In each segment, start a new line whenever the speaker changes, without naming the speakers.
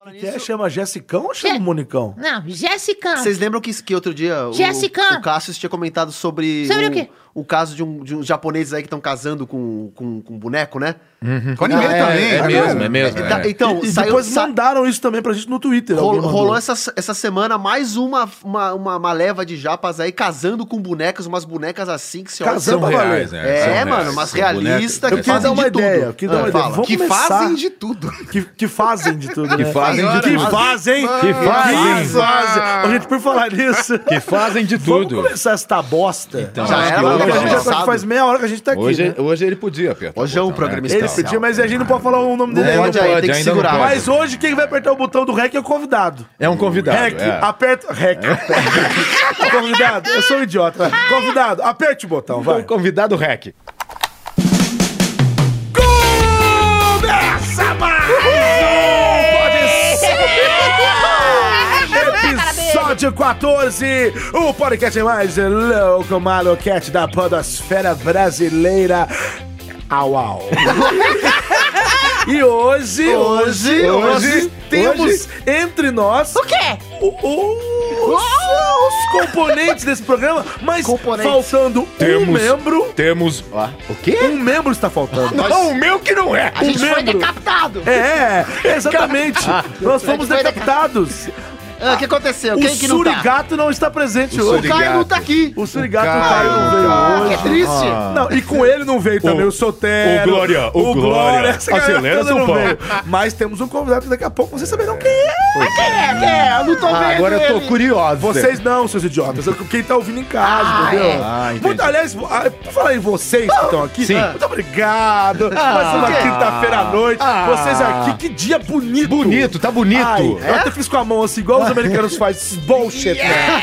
Falando é?
Quer
nisso-
é? chama Jessicão ou chama
Je-
Monicão?
Não,
Ah.
Jéssica.
Vocês lembram que, que outro dia o,
Jessica!
o Cassius tinha comentado sobre,
Sobre o quê?
caso de um, de uns japoneses aí que estão casando com, com, com boneco, né?
Com ninguém
Ah, é,
também.
É
tá
mesmo,
vendo?
é mesmo.
Tá,
Um
é.
Então,
e, e
saiu,
depois
sa-
mandaram isso também pra gente no Twitter.
rol-
alguém
rolou,
mandou.
essa, essa semana mais uma, uma, uma, uma leva de japas aí casando com bonecas, umas bonecas assim que se olha-
Casando?
São reais,
valendo.
né? são
É,
reais.
mano, umas
São bonecas.
realistas
Eu
que
queria
fazem
dar uma
de tudo.
ideia, eu queria dar uma
Ah,
ideia.
fala.
Vamos
Que
começar-
fazem de tudo.
Que, que fazem de tudo,
Que
né?
fazem de
Que
tudo.
fazem, que
fazem.
fazem. Ô, gente, por falar nisso,
Que fazem de
vamos
tudo.
começar esta bosta.
Então,
Já
acho
era,
que
mas
Porque a gente
vamos
hoje,
já
começar.
tá-
Sábado.
faz meia hora que a gente tá aqui.
hoje, é
né?
hoje ele podia apertar.
Hoje é um
o botão, né?
programa
Ele
especial.
pedia, mas a gente não pode falar o nome dele.
Não
ainda.
pode aí, tem que
ainda não
segurar.
pode.
Mas hoje quem vai apertar o botão do REC é o convidado.
É um convidado.
REC,
é.
aperta. REC. convidado, eu sou um idiota. vai. Convidado, aperte o botão,
O
vai.
convidado REC.
Começa mais um Pode Ser! Episódio 14, o podcast mais louco maluquete da podosfera brasileira. Au, au. E hoje,
Hoje,
hoje, hoje,
hoje,
temos entre nós
O quê?
o- o- os, os componentes desse programa, mas
Componentes.
faltando um
Temos.
membro,
Temos. O quê?
um membro está faltando.
Não, o meu que não é.
A gente foi
membro.
decapitado.
É, exatamente. Nós fomos
Foi
decapitados.
Ah, o que aconteceu?
O
Quem que não tá?
Surigato não está presente
O
hoje.
O Caio não tá aqui.
O Surigato
Caio
Caio não
Ah,
não
veio
Que
hoje.
triste.
Não, e com ele não veio também
é O-
o Sotero.
o Glória, o Glória.
essa galera
Acelera,
toda
São
não
Paulo.
veio. Mas temos um convidado que daqui a pouco vocês saberão quem é.
Ah,
É, que é, eu não tô vendo
Agora eu tô
ele.
curioso.
Vocês não, seus idiotas. Quem tá ouvindo em casa, entendeu?
é.
Ah, entendi.
Muito, aliás, vo- ah, por falar em vocês que estão aqui,
Sim.
muito obrigado. Mais uma quinta-feira à noite.
Ah.
vocês aqui, que dia bonito.
Bonito, tá bonito.
Ai, Eu até fiz com a mão assim, igual os americanos fazem. Esses bullshit, né?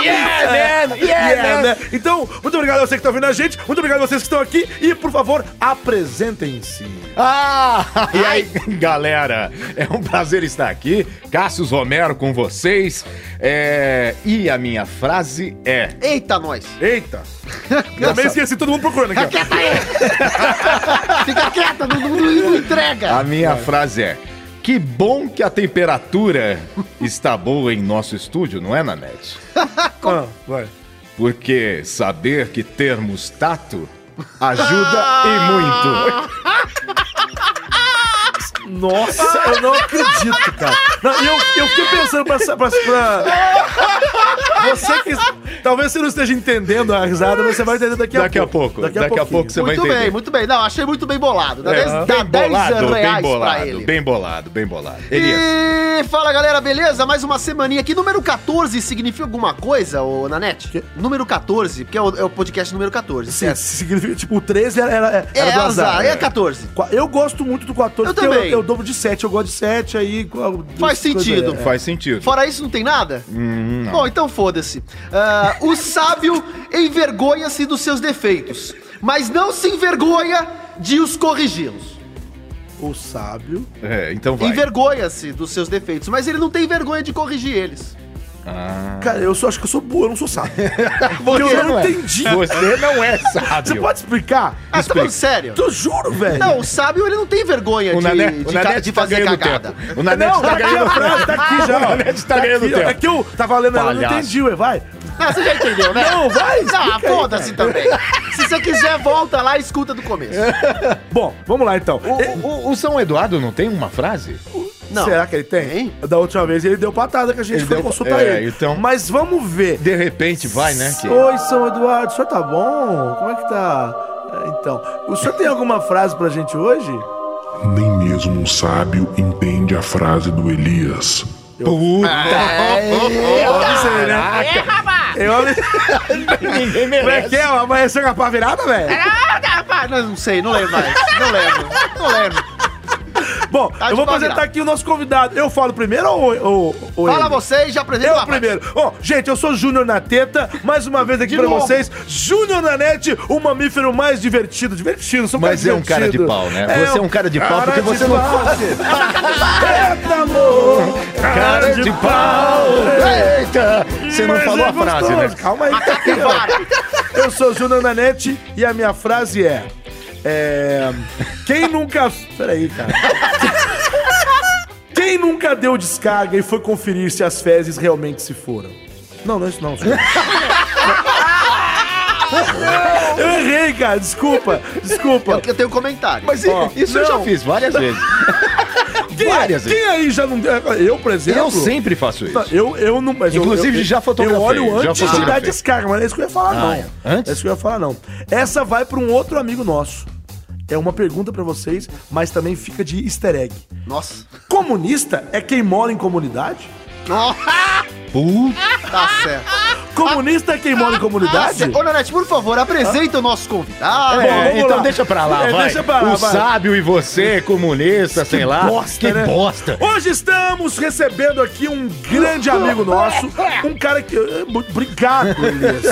Yeah, man.
Yeah, né? Então, muito obrigado a você que tá ouvindo a gente. Muito obrigado a vocês que estão aqui. E, por favor, apresentem-se.
Ah, e aí, galera, é um prazer estar aqui, Cássio Romero com vocês, É, e a minha frase é...
Eita, nós.
Eita. Também esqueci todo mundo procurando aqui. ó.
Quieta aí. Fica quieta, não, não- não entrega.
A minha frase é... Que bom que a temperatura está boa em nosso estúdio, não é, Nanete?
Ah, vai.
Porque saber que termos tato ajuda e muito.
Nossa, eu não acredito, cara. Não, e eu, eu fiquei pensando pra, essa- pra, pra- Você que. Talvez você não esteja entendendo a risada, mas você vai entender daqui a
Daqui a pouco, daqui a pouquinho. pouco você vai
Muito
entender.
bem, muito bem. Não, achei muito bem bolado. Dá
É,
10 Tá dá
bem
10
bolado, bem
reais pra
bolado,
ele.
bem bolado, bem bolado. Elias,
E fala galera, beleza? Mais uma semaninha aqui. Número 14 significa alguma coisa, ô Nanete? Número 14, porque é o, é o podcast número 14,
Sim,
certo?
significa, tipo, o 13 era, era, era
É,
do
azar,
azar. né?
é 14.
Qua- Eu gosto muito do 14,
Eu
porque
também.
eu, eu dobro de 7, eu gosto de 7, aí... qual-
Faz
coisa-
sentido.
é.
faz sentido.
Fora isso, não tem nada?
Hum, não.
Bom, então foda-se. Ah, o sábio envergonha-se dos seus defeitos, mas não se envergonha de os corrigi-los.
O sábio...
É, então vai.
Envergonha-se dos seus defeitos, mas ele não tem vergonha de corrigir eles.
Ah.
Cara, eu só acho que eu sou burro, eu não sou sábio. Porque eu não entendi.
é. Você não é sábio.
Você pode explicar?
é. Ah, você tá falando sério?
Eu juro, velho.
Não, o sábio ele não tem vergonha
O
de,
Nanete
de
o
ca-
Nanete
de
tá
fazer
ganhando
cagada.
tempo. O Nanete
Não,
tá
tá aqui
ganhando
a frase, tá aqui já. ó.
O Nanete tá ganhando
aqui, ó.
tempo.
É que eu tava lendo ela, eu não
Palhaço.
entendi, ué, vai.
Ah, você já entendeu, né?
Não, vai, explica
Ah,
aí,
foda-se também. Se você quiser, volta lá e escuta do começo.
É,
Bom, vamos lá então.
O, o- o São Eduardo não tem uma frase?
Não.
Será que ele tem?
Tem?
Da última vez ele deu patada que a gente
Ele
foi
deu-
consultar
é,
ele.
então-
Mas vamos ver.
De repente vai, né? que-
Oi, São Eduardo, o senhor tá bom? Como é que tá? É, Então, o senhor tem alguma frase pra gente hoje?
Nem mesmo um sábio entende a frase do Elias.
Puta!
É, rapaz.
né? Eu
Ninguém
Como é que é? Amanheceu com a pá virada, velho?
Ah, rapaz.
Não, não sei, não lembro mais. Não lembro. Não lembro.
Bom,
de
eu vou
pá
apresentar
virada.
é um né?
É um É, é né? é,
né?
nunca deu descarga e foi conferir se as fezes realmente se foram. Não, não é isso não. senhor. Eu errei, cara. Desculpa, desculpa.
É Eu, eu tenho comentário.
Mas
Ó,
isso eu
não.
já fiz várias vezes.
Quem, é?
várias vezes.
quem aí já não... Eu, por exemplo... Tá,
Eu sempre faço isso.
Não, Eu, eu não. Mas eu-
Inclusive,
eu,
já fotografei,
Eu olho
já
antes de dar
fotografei.
descarga, mas não é isso que eu ia falar,
Ah,
não.
é. Antes?
É isso que eu ia falar, não. Essa vai para um outro amigo nosso. É uma pergunta pra vocês, mas também fica de easter egg.
Nossa.
Comunista é quem mora em comunidade?
é. Puta.
Tá certo. Tá
Comunista é quem mora em comunidade?
Ô, Nanete, por favor, apresenta o nosso convidado.
Bom, vamos
então
lá.
deixa pra lá,
É,
vai.
deixa pra lá,
o
vai.
sábio e você, comunista, sei lá. que
né?
bosta.
Hoje estamos recebendo aqui um grande amigo nosso, um cara que. Obrigado, Elias.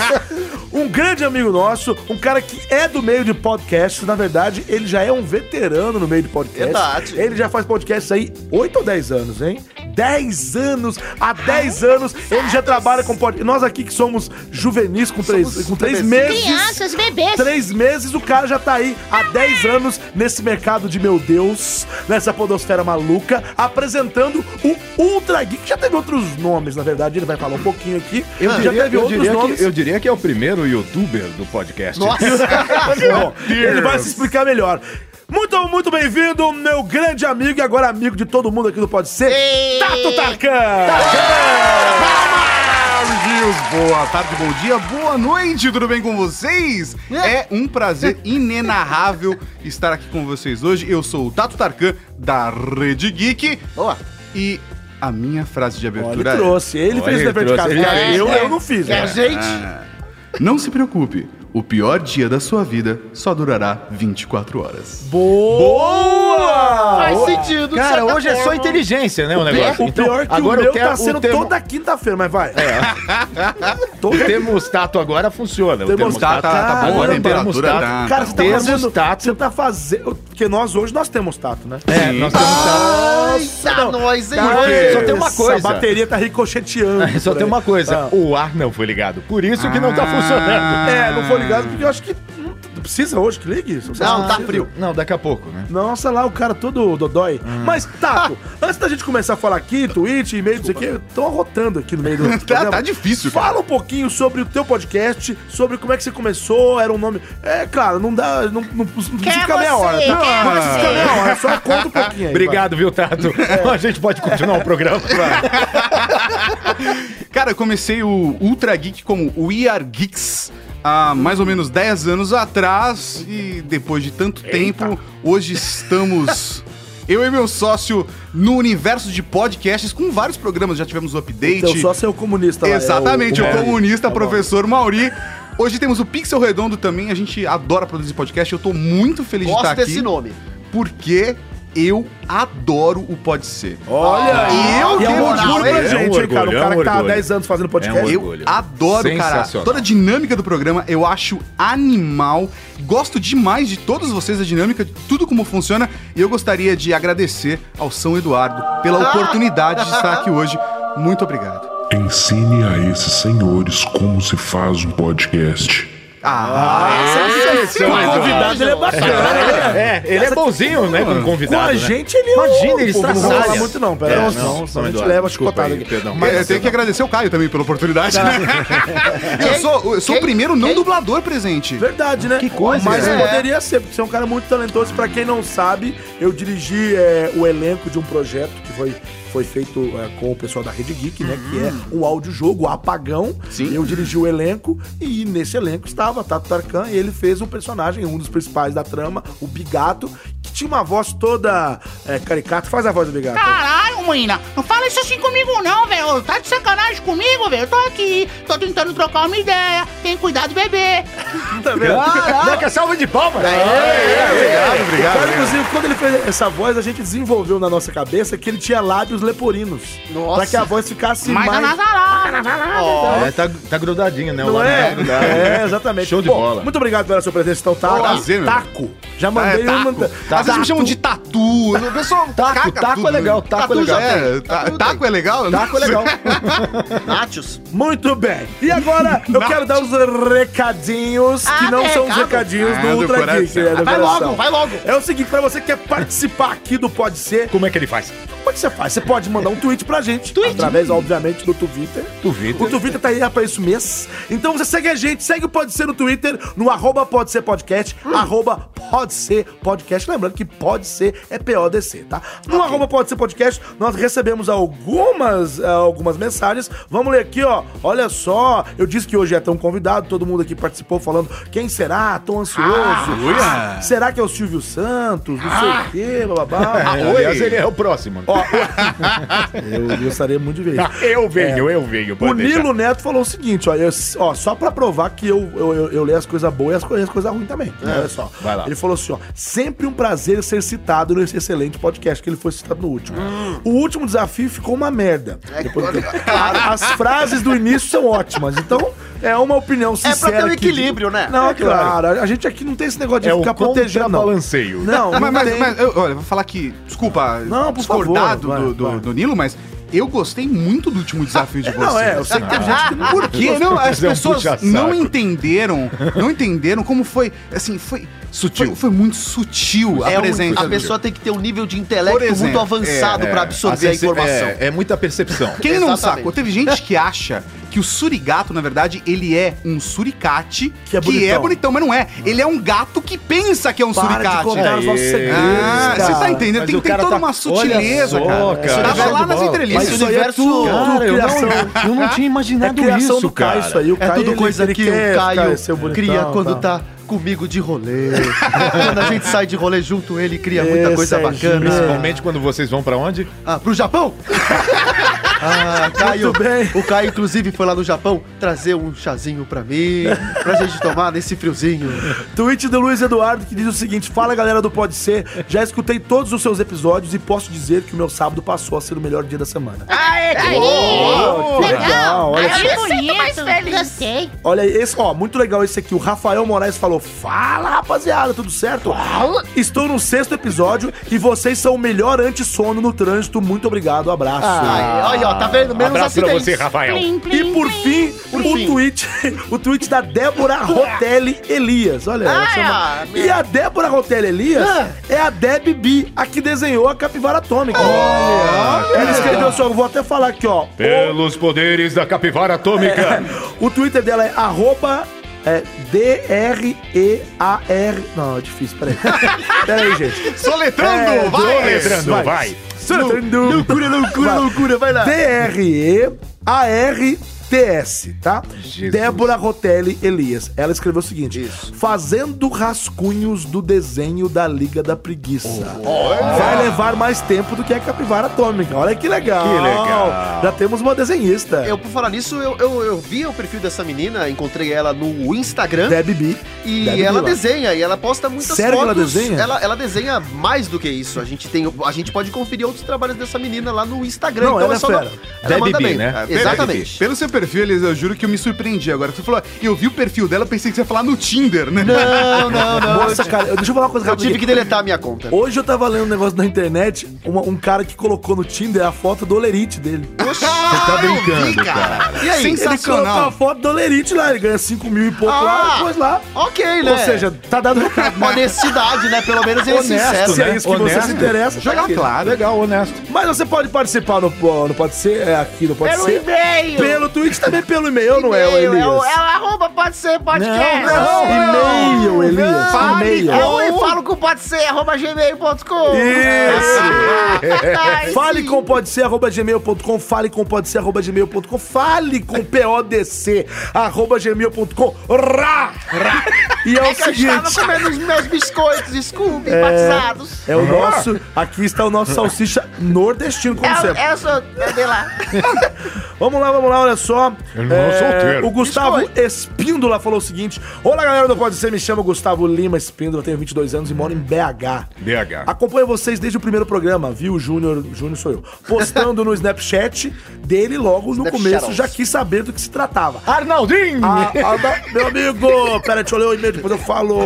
Um grande amigo nosso, um cara que é do meio de podcast. Na verdade, ele já é um veterano no meio de podcast.
Verdade.
Ele já faz podcast aí 8 ou 10 anos, hein? 10 anos! Há 10 anos ele já trabalha com podcast. Nós aqui que somos juvenis com 3
Somos
com três
bebezinhos.
meses.
Crianças, bebês.
Três meses o cara já tá aí há 10 anos nesse mercado de meu Deus, nessa podosfera maluca, apresentando o Ultra Geek. Já teve outros nomes, na verdade, ele vai falar um pouquinho aqui.
Eu
já
diria,
teve
eu,
outros
diria
nomes.
que, eu diria que é o primeiro youtuber do podcast.
Bom, ele
Deus.
vai se explicar melhor. Muito, muito bem-vindo, meu grande amigo e agora amigo de todo mundo aqui do Pode Ser, Tato Tarkan!
Amigos, boa tarde, bom dia, boa noite, tudo bem com vocês? É um prazer inenarrável estar aqui com vocês hoje. Eu sou o Tato Tarkan, da Rede Geek,
Boa.
e a minha frase de
Olha, Ele
abertura é-
trouxe, ele
Olha,
fez o
ele
dever de casa.
trouxe, ele
cara.
fez.
Eu,
É.
eu não fiz,
É,
né?
gente.
é: Não se preocupe, o pior dia da sua vida só durará 24 horas.
Boa!
Faz sentido. de
Cara,
certa
hoje é só
forma.
inteligência, né, o negócio.
tá O pior é que o
agora eu
meu
quero
tá sendo toda quinta-feira, mas vai.
O termostato agora funciona. O
Termostato,
termostato
tá- tá bom,
agora
a
é
temperatura
termostato.
tá-
Cara, você tá
Temos
fazendo...
tato.
Você tá fazendo... Porque nós hoje, nós temos tato, né?
É, nós temos tato.
Nossa,
não.
nós, hein?
Cara,
hoje.
só tem uma coisa.
A bateria tá ricocheteando.
É, Só
por
tem
aí.
uma coisa,
Ah.
o ar não foi ligado. Por isso que não
Ah.
tá funcionando.
É, não foi ligado porque eu acho que... Não não precisa hoje que ligue? Não,
Não, tá frio.
Não, daqui a pouco, né?
Nossa lá, o cara todo dodói.
Hum.
Mas, Tato, antes da gente começar a falar aqui, tweet, e-mail, não sei o quê, estão arrotando aqui no meio do. né?
Tá- tá difícil, cara.
Fala um pouquinho sobre o teu podcast, sobre como é que você começou, era um nome. É, claro, não dá. Não, não, não
Quer
precisa ficar meia
você,
hora, tá?
quer
Não precisa
você.
ficar meia hora, só conta um pouquinho aí.
Obrigado, viu, Tato? A gente pode continuar o programa.
Cara, eu comecei o Ultra Geek como We Are Geeks há mais ou menos 10 anos atrás e depois de tanto tempo, hoje estamos eu e meu sócio no universo de podcasts com vários programas, já tivemos o
Vai.
update.
Então, só ser o comunista lá, é
Exatamente, o,
Mauri. Tá
comunista
bom.
professor Mauri. Hoje temos o Pixel Redondo também, a gente adora produzir podcast, eu tô muito feliz de
Gosto
estar aqui.
desse nome.
Porque eu adoro o Pode Ser.
Olha aí.
E
E
eu
é um
tenho
orgulho
moral,
pra
hein?
gente,
É um
hein, cara? O
orgulho,
cara
é um
que tá há
orgulho.
10 anos fazendo podcast.
É um
Eu
orgulho.
adoro, cara.
Sensacional.
Toda a dinâmica do programa eu acho animal. Gosto demais de todos vocês, a dinâmica, de tudo como funciona. E eu gostaria de agradecer ao São Eduardo pela
Ah!
oportunidade de estar aqui hoje. Muito obrigado.
Ensine a esses senhores como se faz um podcast.
O convidado ele é bacana, né?
É, ele é bonzinho, né, como
Com
convidado,
a
né?
gente, ele é
Imagina,
um-
ele
Pô, Não vou falar
estraçalha.
muito não, pera.
É,
Não,
não,
não,
São
a gente
Eduardo,
leva a
desculpa
chicotada
aí,
aqui.
perdão.
Mas eu tenho que agradecer o Caio também pela oportunidade. né? eu sou, eu sou o
Quem?
primeiro não
Quem?
dublador presente.
Verdade, né?
Que coisa,
Mas
né?
poderia ser, porque você é um cara muito talentoso. Pra quem não sabe, eu dirigi é, o elenco de um projeto que foi, foi feito é, com o pessoal da Rede Geek, né?
Hum.
Que é um audiojogo, Apagão.
Sim.
Eu dirigi o elenco e nesse elenco estava Tato Tarkan e ele fez um personagem, um dos principais da trama, o Bigato, que tinha uma voz toda é, caricata. Faz a voz do Bigato.
Caralho, menina, não fala isso assim comigo não, velho. Tá de sacanagem comigo, velho. Eu tô aqui, tô tentando trocar uma ideia. Tem cuidado, bebê.
Tá vendo?
Ah, Caraca, é salva de palmas! É.
Obrigado,
O cara, inclusive, quando ele fez essa voz, a gente desenvolveu na nossa cabeça que ele tinha lábios leporinos.
Nossa.
Pra que a voz ficasse
Mas
mais...
a Nazará.
É, tá, tá grudadinho, né? O
Não
lado
é?
tá grudado.
É, exatamente.
Show de bola.
Muito obrigado pela sua presença, então, Taco.
Prazer, meu
taco. Já mandei
É, taco.
uma...
Às vezes me chamam de tatu. O pessoal
Taco,
caga
taco
tudo,
é legal,
né?
taco é legal.
É, ta-
Taco
taco é legal?
Taco é legal.
Nátios.
Muito bem. E agora, eu quero dar os recadinhos, que
Ah,
não são os
recado.
recadinhos
Ah,
do
do
Ultra
coração.
Geek. né, do
Vai
coração.
logo, vai logo.
É o seguinte, pra você que quer participar aqui do Pode Ser,
Como é que ele faz?
como é que você faz? Você pode mandar um tweet pra gente.
Tweet.
Através, obviamente, do Twitter.
Twitter.
O Twitter tá aí pra isso mesmo. Então você segue a gente, segue o Pode Ser no Twitter, no arroba Pode Ser Podcast, arroba Pode Ser Podcast. Lembrando que Pode Ser é PODC, tá? No arroba Pode Ser Podcast, nós recebemos algumas, ah, algumas mensagens. Vamos ler aqui, ó. Olha só, eu disse que hoje é tão convidado, todo mundo aqui participou falando quem será, tô ansioso.
uia.
será que é o Silvio Santos? Não sei o quê, bababá.
É, aliás, ele é o próximo.
Ó, eu gostaria muito de ver. isso.
Ah, tá, Eu venho, eu venho.
O
pode deixar.
Nilo Neto falou o seguinte, ó, eu- ó, só pra provar que eu, eu, eu, eu leio as coisas boas e as, co- as coisas ruins também. né? Olha só.
vai lá.
Ele falou assim, ó, sempre um prazer ser citado nesse excelente podcast que ele foi citado no último. O último desafio ficou uma merda. Depois do- A- as frases do início são ótimas, então é uma opinião sincera.
pra ter um
aqui.
equilíbrio, né?
Não,
É,
claro. A gente aqui não tem esse negócio de
É o
ficar protegendo, não.
contrabalanceio.
Não, não
Mas, mas,
tem.
mas, eu- olha, vou falar que, desculpa,
Não, por
discordado
favor, vai,
do, do,
vai.
do Nilo, mas eu gostei muito do último desafio de vocês.
Não, é, eu sei que tem gente que não...
Por quê? Não, as
Mas é um
pessoas
puxa-saco.
não entenderam, não entenderam como foi, assim, foi sutil. Foi, foi muito sutil a
É um-
presença.
a
do-
pessoa tem que ter um nível de intelecto
Por exemplo,
muito avançado
é,
pra absorver a,
perce-
informação.
É, é muita percepção.
Quem não
Exatamente.
sacou? Teve gente que acha que o surigato, na verdade, ele é um suricate
Que é bonitão.
mas não é. Ele é um gato que pensa que é um
Para de
suricate.
contar os nossos
Aê.
segredos,
Ah,
cara.
você tá entendendo?
Mas
Tem
o
que ter
cara
toda
tá-
uma
olha
sutileza,
só,
cara.
cara. Show
Tava
de
lá nas
bola.
Mas
entrelinhas.
isso aí é tudo
Cara, eu não-
Eu não tinha imaginado isso, cara.
isso aí. O
É
É Caio,
tudo
ele-
coisa
ele
que é,
quer
o Caio
ficar ser bonitão,
cria quando
tal.
tá. comigo de rolê. quando a gente sai de rolê junto, ele cria muita
Ê,
coisa
Serginho.
bacana.
Principalmente quando vocês vão pra onde?
Ah, pro Japão? Ah, Caio,
Muito bem.
o Caio, inclusive, foi lá no Japão trazer um chazinho pra mim, pra gente tomar nesse friozinho.
Tweet do Luiz Eduardo que diz o seguinte: Fala galera do Pode Ser, já escutei todos os seus episódios e posso dizer que o meu sábado passou a ser o melhor dia da semana.
É, Aí,
legal, olha
Aí é eu me sinto mais
Eu
feliz.
sei.
Olha aí, esse, ó, muito legal esse aqui. O Rafael Moraes falou: Fala rapaziada, tudo certo? Estou no sexto episódio e vocês são o melhor anti-sono no trânsito. Muito obrigado, abraço.
Aí, ó, tá vendo? Menos
Abraço pra
acidentes.
você, Rafael.
Plim,
E
plim,
por
plim.
fim, o tweet, o tweet da Débora Rotelli Elias. Olha, ela chama- E a Débora Rotelli Elias é a Deb B, a que desenhou a capivara atômica. Olha! Ela escreveu só, eu vou até falar aqui, ó.
Pelos poderes da capivara atômica.
O Twitter dela é arroba é, D-R-E-A-R. Não, é difícil, peraí. peraí, gente.
Soletrando,
É,
vai!
Letrando, vai.
Loucura, loucura,
Loucura, vai lá.
D-R-E-A-R-T-S, tá?
Jesus.
Débora Rotelli Elias. Ela escreveu o seguinte: Fazendo rascunhos do desenho da Liga da Preguiça.
Oh.
Vai levar mais tempo do que a capivara atômica. Olha que legal.
Que legal.
Já temos uma desenhista.
Eu, por falar nisso, eu, eu, eu vi o perfil dessa menina, encontrei ela no Instagram.
Deb B.
E
Deve
ela
vir lá.
desenha, e ela posta muitas
Sério que ela
fotos.
desenha?
Ela, ela desenha mais do que isso. A gente, tem, a gente pode conferir outros trabalhos dessa menina lá no Instagram. Então
Não, ela é
só
fera.
Ela
Deve
manda
vir,
bem.
né?
Ah,
Deve
Exatamente.
Pelo seu perfil, Elisa, eu juro que eu me surpreendi agora. Você falou, eu vi o perfil dela, eu pensei que você ia falar no Tinder, né?
Não, não, não.
Nossa, cara, eu- deixa eu falar uma coisa
Eu
rápida.
tive
aqui.
que deletar a minha conta.
Hoje eu tava lendo um negócio na internet, uma- um cara que colocou no Tinder a foto do Olerite dele.
Você
tá brincando, cara.
E aí?
Ele colocou a
Sensacional.
foto do Olerite lá, ele ganha 5 mil e pouco
Ah,
lá, depois lá.
Ok, né?
Ou
É.
seja, tá dado recado. né?
honestidade, né? Pelo menos ele é sincero.
se
né?
é isso que você se
Tá
interessa, joga aqui.
claro. Legal, é honesto.
Mas você pode participar no, no Pode Ser, é, aqui no Pode
Pelo
um
Ser.
e-mail.
Pelo Twitch também pelo e-mail, não é, o
E-mail,
Elias? É
É o, é o é arroba pode ser podcast.
e-mail, Elias. E-mail.
É o e falo com pode ser arroba gmail.com.
Aí Fale com pode ser, arroba gmail.com, fale com pode ser, arroba gmail.com, fale com PODC, arroba gmail.com, rá, rá. E é o
É que eu estava
seguinte,
comendo os meus biscoitos Scooby batizados.
é o nosso, aqui está o nosso salsicha nordestino, como
um
É,
sempre.
é, eu sou, é de lá.
Vamos lá, vamos lá, olha só. É,
Eu não sou solteiro.
o Gustavo Espíndola falou o seguinte, olá galera do Pode Ser, me chamo Gustavo Lima Espíndola, tenho 22 anos e moro em BH.
BH.
Acompanho vocês desde o primeiro programa, viu, Júnior? Júnior sou eu. Postando no Snapchat dele logo no começo, já quis saber do que se tratava.
Arnaldinho!
Ah, ah, não, meu amigo, pera, deixa eu ler o e-mail, depois eu falo.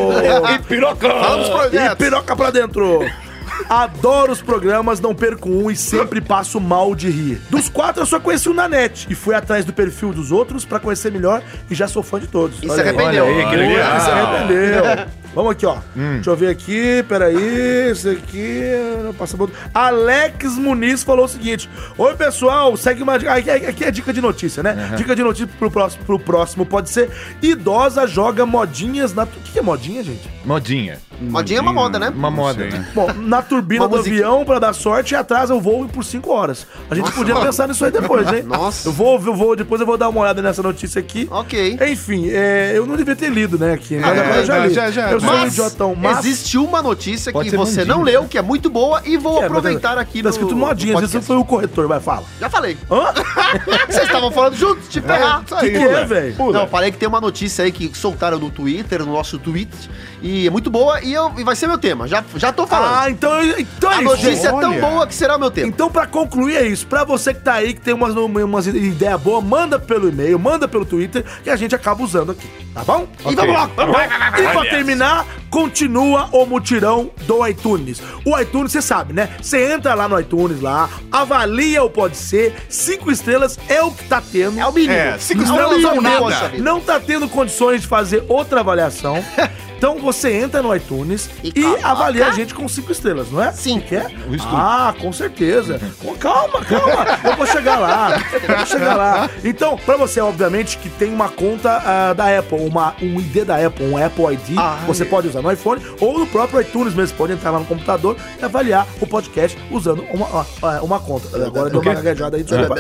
piroca!
Vamos pro
E
projeto.
piroca pra dentro. Adoro os programas, não perco um e sempre passo mal de rir. Dos quatro, eu só conheci um na net e fui atrás do perfil dos outros pra conhecer melhor e já sou fã de todos.
E se
Olha aí.
arrependeu. Hum.
Olha aí, que legal.
Se arrependeu. Vamos aqui, ó. Deixa eu ver aqui, peraí. Isso aqui. não Passa por... Alex Muniz falou o seguinte: Oi, pessoal, segue uma dica. Aqui, aqui é dica de notícia, né? Dica de notícia pro próximo, pro próximo pode ser: idosa joga modinhas na. O que que é modinha, gente?
Modinha.
Modinha é uma moda, né?
Uma moda,
sei.
né?
Bom, na turbina
Uma
do
musiquinha.
avião pra dar sorte e atrasa o voo por 5 horas. A gente podia pensar nisso aí depois, hein?
Nossa.
Eu vou, eu vou, depois eu vou dar uma olhada nessa notícia aqui.
Ok.
Enfim, é, eu não devia ter lido, né, aqui. Mas
É,
agora eu já
não,
li.
já- já-
eu sou um
Mas
idiotão, mas...
existe uma notícia
Pode
que
ser
você
mandinga,
não leu, que é muito boa, e vou
É,
aproveitar
mas-
aqui
Tá
no.
escrito
no
modinha,
podcast.
isso foi o corretor, vai, fala.
Já falei.
Hã?
Vocês estavam falando juntos, te ferrar.
isso aí.
Que que é,
Pula,
velho?
Não, falei que tem uma notícia aí que soltaram no Twitter, no nosso tweet, e é muito boa, e, eu, e vai ser meu tema. Já, já tô falando.
Ah, então, eu- então
a
é isso.
notícia é tão
olha.
boa que será o meu tema.
Então, pra concluir, é isso. Pra você que tá aí, que tem umas, umas ideia boa, manda pelo e-mail, manda pelo Twitter, que a gente acaba usando aqui, tá bom?
E vamos logo. Vamos lá.
E pra terminar, continua o mutirão do iTunes. O iTunes, você sabe, né? Você entra lá no iTunes lá, avalia o Pode Ser, cinco estrelas é o que tá tendo.
É o mínimo.
É, cinco
Não,
estrelas
não,
ou
não,
nada.
poxa vida.
não tá tendo condições de fazer outra avaliação. Então você entra no iTunes e,
E coloca-
avalia a gente com cinco estrelas, não é?
Sim.
Que é? Ah, com certeza. Com- Calma, calma. Eu vou chegar lá. Eu vou chegar lá. Então, pra você, obviamente, que tem uma conta ah, da Apple, uma, um ID da Apple, um Apple ID,
Ah,
você pode usar no iPhone ou no próprio iTunes mesmo. Você Pode entrar lá no computador e avaliar o podcast usando uma, uma, uma conta. Agora deu uma gaguejada aí, desculpa.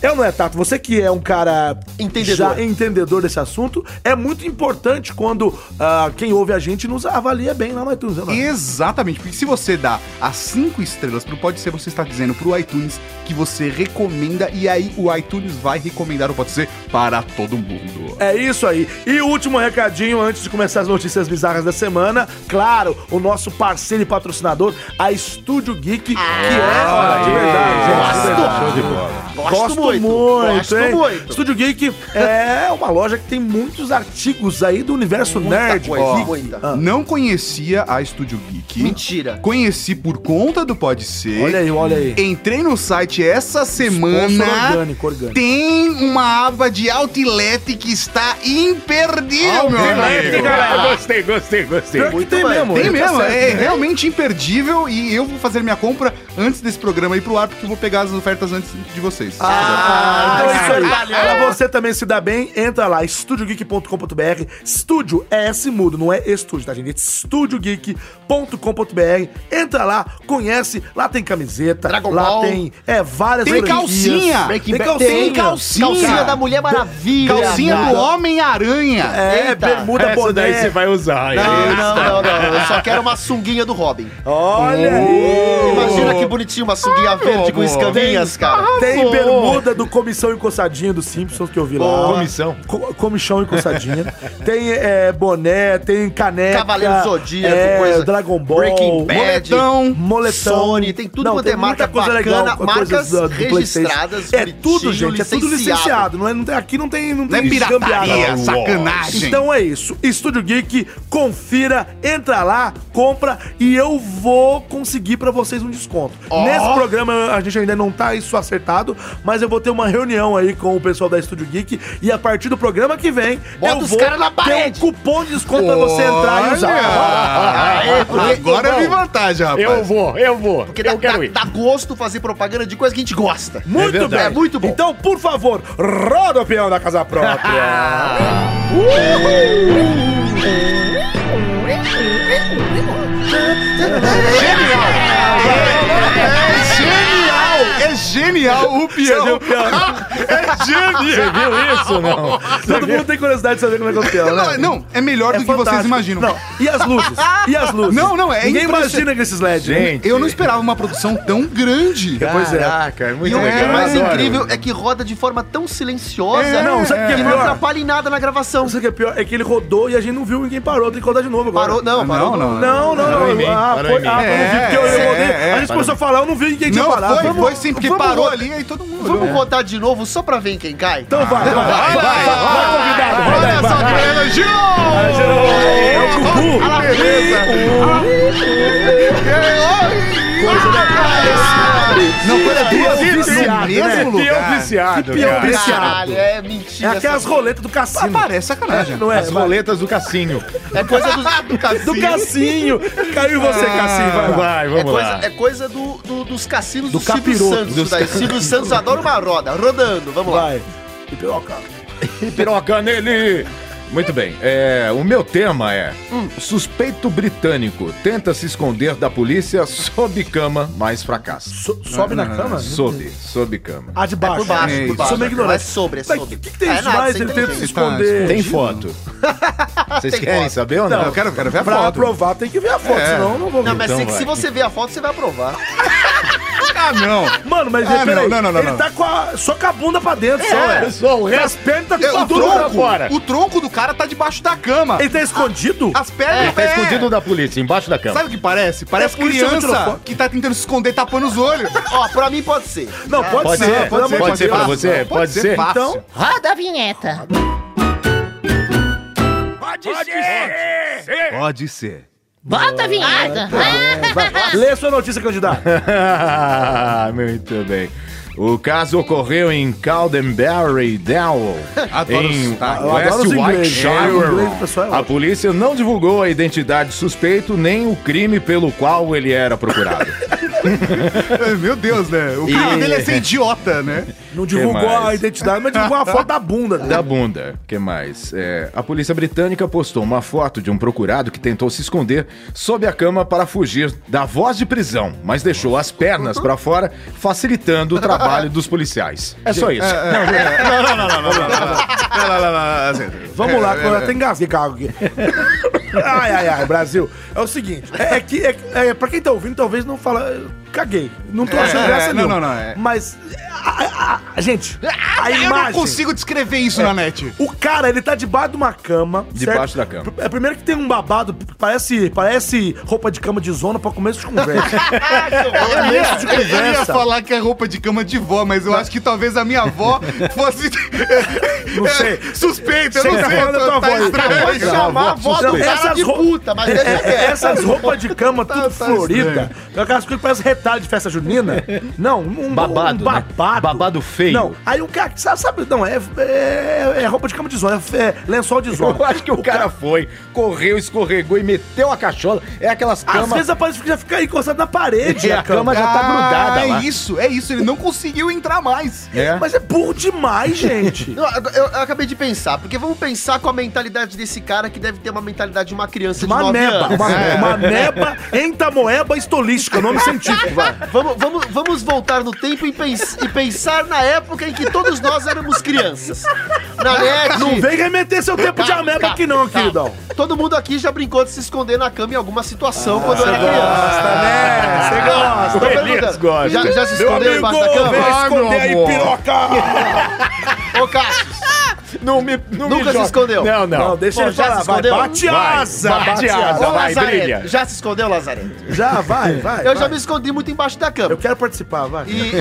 Eu não é, Tato. Você que é um cara
Entendedor.
já entendedor desse assunto, é muito importante quando ah, quem ouve a gente nos avalia bem lá no iTunes. né, mano?
Exatamente, porque se você dá as cinco estrelas pro Pode Ser, você está dizendo pro iTunes que você recomenda e aí o iTunes vai recomendar o Pode Ser para todo mundo.
É isso aí. E último recadinho antes de começar as notícias bizarras da semana. Claro, o nosso parceiro e patrocinador, a Estúdio Geek, que é de verdade, gente, de verdade.
Show de bola.
Gosto, muito. gosto
hein?
muito.
Estúdio Geek é uma loja que tem muitos artigos aí do universo nerd.
coisa,
Geek.
muita.
Ah,
Não conhecia a Studio Geek.
Mentira.
Conheci por conta do Pode Ser.
Olha aí, olha aí.
Entrei no site essa
Sponsor
semana.
orgânico, orgânico.
Tem uma aba de outlet que está imperdível, meu amigo.
Gostei, gostei, gostei.
Pior que tem
bem.
mesmo.
Tem
tá
mesmo,
certo.
é realmente imperdível e eu vou fazer minha compra antes desse programa ir pro ar, porque eu vou pegar as ofertas antes de vocês.
Ah, então é isso aí.
caralho.
Pra você também se dar bem, entra lá, estudiogeek.com.br. Estúdio é S mudo, não é estúdio, tá, gente? É Estudiogeek.com.br. Entra lá, conhece. Lá tem camiseta,
Dragon
lá
Ball.
tem é, várias
Tem
franquias.
calcinha.
Tem
Breaking Bad.
calcinha.
Tem calcinha. Calcinha da Mulher Maravilha.
Calcinha
cara.
do Homem-Aranha.
É,
Eita.
bermuda,
Essa
boné.
daí você vai usar.
Não, não, não, não. Eu só quero uma sunguinha do Robin.
Olha aí.
Imagina que bonitinho uma sunguinha verde com escaminhas, cara.
Tem
Pô.
bermuda do Comissão Encostadinha dos Simpsons que eu vi lá.
Comissão.
Co comichão encostadinha. tem é, boné, tem caneca.
Cavaleiro Zodíaco,
é,
coisa.
Dragon Ball.
Breaking Bad.
Moletão.
Moletão.
Sony, tem tudo quanto é marca bacana,
coisas ah,
marcas
do- do PlayStation.
registradas,
É tudo,
bonitinho,
gente, é tudo licenciado.
licenciado.
Não é, não tem- aqui não tem, não
Não é
tem
pirataria,
não.
sacanagem.
Então é isso. Estúdio Geek, confira, entra lá, compra e eu vou conseguir pra vocês um desconto. Nesse programa a gente ainda não tá isso acertado, mas eu vou ter uma reunião aí com o pessoal da Estúdio Geek e a partir do programa que vem
Bota
eu
os
vou
cara na
ter um
parede.
cupom de desconto pra você entrar e usar.
Aê, porque-
Agora eu vi vantagem, rapaz.
Eu vou, eu vou.
Porque dá,
eu quero
dá-
ir.
dá gosto fazer propaganda de coisa que a gente gosta.
Muito
É
bem.
verdade.
É muito bom.
Então, por favor, roda o peão da casa própria.
É genial! É genial o
Você viu
peão.
o peão?
é genial!
Viu isso, não?
Todo mundo tem curiosidade de saber como é que é o peão, né?
Não, não, é melhor do que vocês
fantástico.
imaginam.
Não, e as luzes? E as luzes?
Não, não, é
Ninguém
impressionante.
imagina que esses LEDs.
Gente.
Eu não esperava uma produção tão grande.
Pois é.
Caraca, é
E
muito
o que é
legal.
mais
eu adoro.
incrível é que roda de forma tão silenciosa
É, não, sabe o que é
que não
pior?
atrapalha em nada na gravação.
Sabe o que é pior? É que ele rodou e a gente não viu ninguém parou. Tem que rodar de novo agora.
Parou, não, parou.
Não, não,
Não,
não.
não,
Parou em
não.
mim,
Ah,
parou em
foi.
mim.
Ah, eu não vi, porque eu, eu
É,
rodei.
é,
a gente começou a falar, eu não vi ninguém tinha
Não,
parado.
foi,
Vamos-
foi sim, porque
vamos
parou
rodar.
ali e todo mundo.
Vamos rodar de novo só pra ver em quem cai?
Então vai, vai, vai, vai, vai, convidado, vai, vai,
Olha só, Juliana Gil!
É o Gugu.
Não, foi duas vezes no
viciado, né?
mesmo lugar.
Preciado,
pior,
né? cara.
preciado.
Caralho, é
É
mentira.
aquelas
essa-
roletas do cassino.
Parece sacanagem.
Não é?
As roletas do cassinho.
É coisa do, do cassino.
Do cassinho. Caiu em você, cassinho. Vai lá.
Vai,
É
vamos
coisa,
lá.
é coisa do, do- dos cassinos
Do
do, Silvio
capiroto,
Santos.
dos
Dos daí. Silvio Santos adora uma roda. Rodando, vamos lá.
Vai. E piroca.
Piroca nele! Muito bem, é, o meu tema é: suspeito britânico tenta se esconder da polícia sob cama, mas fracassa.
So- sobe na cama? né?
Sob, sob cama.
Ah, de
É
baixo.
por baixo,
É
por
isso.
baixo.
Sou meio ignorante.
Não é sobre, é
Mas
sobre.
o que, que tem
é
isso mais? Ele tenta se
inteligente.
esconder.
Tem foto. Vocês
Tem
querem
foto.
saber ou não?
Não, eu quero, quero ver a
Pra
foto.
aprovar tem que ver a foto,
É.
senão eu É. não vou ver.
Não, mas
Então
se-
vai.
se você ver a foto, você vai aprovar.
Ah, não.
Mano, mas
Ah,
peraí,
não, não, não,
ele
não.
tá com a, só com a bunda pra dentro, só, velho.
Pessoal, o
As pernas tá com
É,
a
o,
bunda pra
tronco,
fora.
o tronco do cara tá debaixo da cama.
Ele É, tá escondido?
As pernas
Tá escondido da polícia, embaixo da cama.
Sabe o que parece? Parece
É por isso que eu tiro
criança
foto.
que tá tentando se esconder tapando os olhos.
Ó, pra mim pode ser.
Não, pode,
Pode
ser,
ser,
pelo
pode ser,
amor
pode
de
ser
Deus.
pra você, pode ser.
fácil.
Então,
Roda a vinheta.
Pode ser.
Bota a vinheta. Ah!
Lê sua notícia, candidato.
Ah, Muito bem. O caso ocorreu em Caldenberry Dell,
Adoro
em
sotaque.
Eu adoro os
West
ingleses.
Whiteshire.
O inglês do pessoal é
A
ótimo.
polícia não divulgou a identidade do suspeito nem o crime pelo qual ele era procurado.
Meu Deus, né? O cara dele é ser idiota, né?
Não divulgou
mais?
a identidade, mas divulgou a foto da bunda dele.
Da bunda, que mais? É, a polícia britânica postou uma foto de um procurado que tentou se esconder sob a cama para fugir da voz de prisão, mas deixou as pernas
Uhum.
para fora, facilitando o trabalho dos policiais. É só isso.
Não, não, não, não, não, não, não, não, não, não, não, não, não.
Vamos lá, que eu até engasguei carro aqui. Ai, ai, ai, Brasil. É o seguinte, é, é que é, é, pra quem tá ouvindo, talvez não fala. "Eu Caguei. Não tô
É,
achando
é,
graça
não,
nenhuma.
não, não, é. Ah,
Mas. a- a- a- gente, a
Eu
imagem.
não consigo descrever
É.
isso na net.
O cara, ele tá debaixo de uma cama.
Debaixo da cama.
É primeiro que tem um babado, que parece, parece roupa de cama de zona pra começo de conversa. É
Eu ia,
de
eu ia
conversa.
falar que é roupa de cama de vó, mas eu acho que talvez a minha avó fosse.
Não sei.
Suspeita, eu
Sei
não
que tá
sei.
falando da tua
tá
avó aí.
Pode
estranho.
chamar a voz
Não,
do cara
essas
de
ro-
puta, mas deixa
É, é,
quieto.
essas roupas de cama tudo
tá
florida, com aquelas coisas que parecem retalho de festa junina. Não, um
Babado,
um
né?
babado.
Babado feio.
Não, aí o cara, que sabe, sabe não, é, é, é roupa de cama de zona, é, é lençol de zona.
Eu acho que o cara foi, correu, escorregou e meteu a cachola. É aquelas
Às
camas.
vezes aparece que já fica encostado na parede.
É, a cama já tá grudada
Ah,
lá.
é isso, é isso. Ele não conseguiu entrar mais.
É.
Mas é burro demais, gente.
Eu, eu- eu acabei de pensar, porque vamos pensar com a mentalidade desse cara que deve ter uma mentalidade de uma criança de
Uma
9
meba,
anos.
uma, uma meba entamoeba estolística, nome científico.
Vai, vamos, vamos, vamos voltar no tempo e, pens- e pensar na época em que todos nós éramos crianças. Na net,
Não vem remeter seu tempo de ameba aqui não, queridão.
todo mundo aqui já brincou de se esconder na cama em alguma situação quando era criança.
Ah, Gosta, né? Você gosta.
Tô
Elias
perguntando,
gosta.
Já, já se escondeu
Ah, Meu amigo,
embaixo da
vem
cama?
esconder aí,
amor.
piroca!
Ô, Cássio,
Não me, não
Nunca se
joga.
escondeu.
Não, não.
Não, deixa
Pô,
ele
já
falar,
se
vai,
escondeu?
bate
Vai,
asa,
bate
bate
asa.
asa.
Ô,
vai, brilha.
Lazareto, já se escondeu, Lazareto?
Já, vai, É, vai.
Eu
vai.
já me escondi muito embaixo da cama.
Eu quero participar, vai.
E,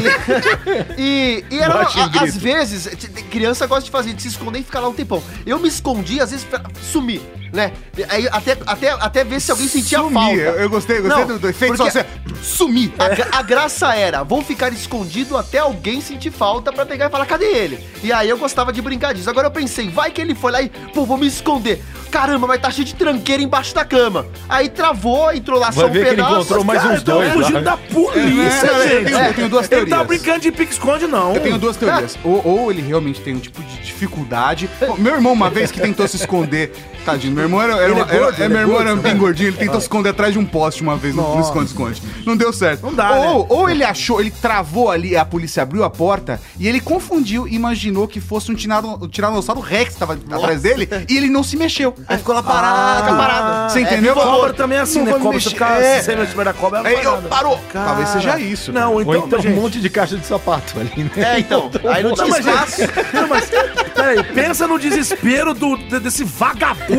e, e- e era,
Bote um
a-
grito.
às vezes, t- t- criança gosta de fazer, de se esconder e ficar lá um tempão. Eu me escondi, às vezes, pra sumir, né? Aí, até, até, até ver se alguém sentia
Sumir,
falta.
Eu, eu gostei, gostei
Não,
do, do efeito
porque-
só você. Sumir.
A, gra- a graça era, vou ficar escondido até alguém sentir falta pra pegar e falar, cadê ele? E aí eu gostava de brincar disso. Agora eu pensei, vai que ele foi lá e, pô, vou me esconder. Caramba, mas tá cheio de tranqueira embaixo da cama. Aí travou, entrou lá um
Vai ver que ele encontrou mais
Cara,
uns
eu tava
dois.
fugindo
lá.
da polícia,
É, né? Eu
gente.
tenho- eu tenho duas
Ele não
teorias.
tava brincando de pique-esconde, não.
Eu tenho duas teorias. Ou, ou ele realmente tem um tipo de dificuldade. Bom, Meu irmão, uma vez que tentou se esconder. Tadinho, meu irmão era, era,
Ele é
uma-
gordo,
era- é,
ele é
meu irmão
gordo,
era bem gordinho, ele tentou se esconder atrás de um poste uma vez no- no
Nossa.
esconde-esconde. Não deu certo.
Não dá,
ou,
né?
ou ele achou, ele travou ali, a polícia abriu a porta e ele confundiu e imaginou que fosse um tirano- um tiranossauro Rex que tava atrás dele e ele não se mexeu.
É
Aí ficou lá parado, fica parado. Ah, Você entendeu?
Cobra também é assim,
Não
né?
vou me
Cobra, se o
mexer.
cara
É.
se você não tiver da cobra, ela
Aí,
não
ó,
faz nada.
parou.
Cara.
Talvez seja isso.
Não,
Ou
então,
então um
gente,
monte de caixa de sapato ali, né?
É, então, aí não tinha
mas,
é-
espaço.
gente, não, mas, peraí, pensa no desespero do, de- desse vagabundo.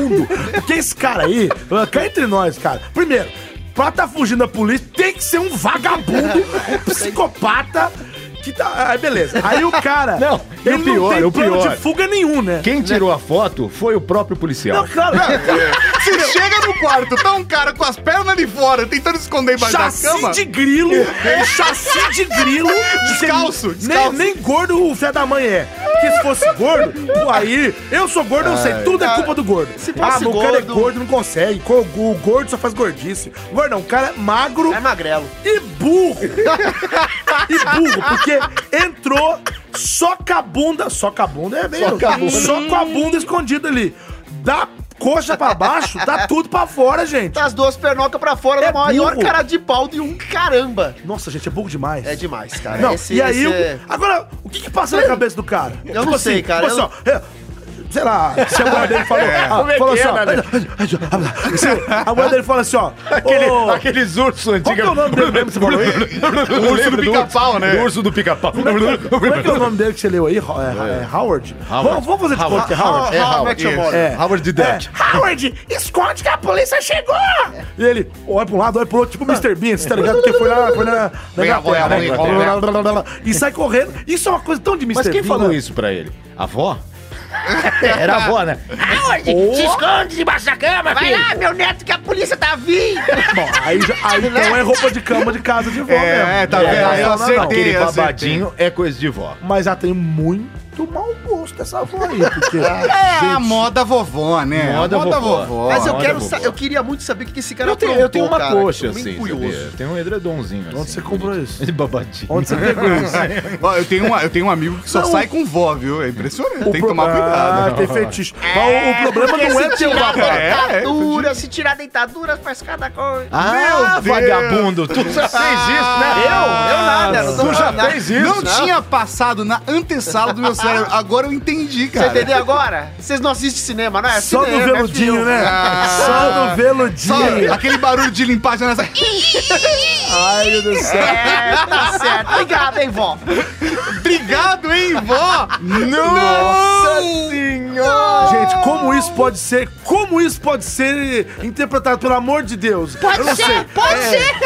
Porque esse cara aí, ah, cá entre nós, cara. Primeiro, pra tá fugindo da polícia, tem que ser um vagabundo, um psicopata. Que tá, aí beleza. Aí o cara.
Não, e o
ele
pior,
não tem
o
plano
pior.
de fuga nenhum, né?
Quem tirou a foto foi o próprio policial.
Não, claro.
Você chega no quarto, tá um cara com as pernas de fora, tentando esconder embaixo da
Chassi
cama.
de grilo, um chassi de grilo.
Descalço,
Nem-
descalço.
Nem, gordo o fé da mãe é. Porque se fosse gordo, pô, aí, eu sou gordo, eu sei, tudo é culpa do gordo.
se
ah,
fosse
mas o cara é
gordo-
gordo, não consegue. Co- O gordo só faz gordice. Gordo não, o cara é magro
É magrelo.
e burro. e burro, porque entrou só com a bunda, só com a bunda é meio, só com a bunda, escondida ali. Da coxa pra baixo, dá tudo pra fora, gente.
Tá as duas pernocas pra fora,
É
na maior
burro.
cara de pau de um caramba.
Nossa, gente, é burro demais.
É demais, cara.
Não,
Esse-
e aí,
esse
o-
é-
agora, o que que passa na cabeça do cara?
Eu não sei, cara,
Tipo assim, ó, é, sei lá, se a mulher dele falou, ah, falou assim, ó, se a mulher dele fala assim, ó,
Aquele,
ô,
Aqueles ursos
qual que
antigos.
é o nome dele mesmo que você falou?
O urso do pica-pau, né? O urso do pica-pau.
Como é que é o nome dele que você leu aí? Ho- é, é Howard? Vamos, vamos fazer de conta que é Howard.
How- How I Met Your Mother.
É.
Howard the Duck.
É, Howard, esconde que a polícia chegou! E ele olha pra um lado, olha pro
Ah.
outro, tipo o Mr. Bean, você tá ligado? Porque foi lá, foi na, na Inglaterra, né? E sai correndo. Isso é uma coisa tão de Mr.
Mas quem
Bean,
falou
né?
isso pra ele? A avó? Era a avó, né?
Howard, se esconde debaixo da cama, filho. Vai lá, meu neto, que a polícia tá vindo.
Bom, aí, já- aí então é roupa de cama de casa de vó mesmo.
É, é, tá
Não
vendo?
funciona,
Eu
não.
acertei.
Aquele
eu acertei.
babadinho é coisa de vó.
assim, Mas já tem muito mau gosto essa avó aí, porque...
É a moda vovó, né?
Moda
a moda
vovó.
vovó.
Mas eu
Olha,
quero,
vovó.
sa- eu queria muito saber o que que esse cara
Eu tenho, eu tenho uma
cara,
coxa,
que eu tô bem
assim,
curioso.
sabia? Tem um edredomzinho, assim.
Onde você comprou isso?
De babadinho.
Onde você pegou isso?
Ó, eu, tenho uma- eu tenho um amigo que só
Não.
sai com vó, viu? É impressionante. Tem que
pro-
tomar
Ah,
cuidado.
tem fetiche. Mas o, o problema não é ter o
Tirar
babado.
É, é,
dentadura, se tirar dentadura, faz cada coisa.
Ah,
Meu Deus.
vagabundo, tu já fez isso, né?
Ah, eu? Eu nada, não
Tu
sou
já
nada.
fez
Não
isso?
tinha passado na antessala do meu cérebro. Agora eu entendi,
Você
cara.
entendeu agora? Vocês não assistem cinema, não é?
Só
cinema,
no
é
veludinho,
filme.
né? Só no
Só
veludinho.
aquele barulho de limpar a janela. assim,
Ai, meu Deus do céu.
É, tá certo. Obrigado, hein, vó.
Obrigado, hein, vó? Não!
Gente, como isso pode ser? Como isso pode ser interpretado, pelo amor de Deus? Eu não
Pode
sei.
ser, É. pode ser,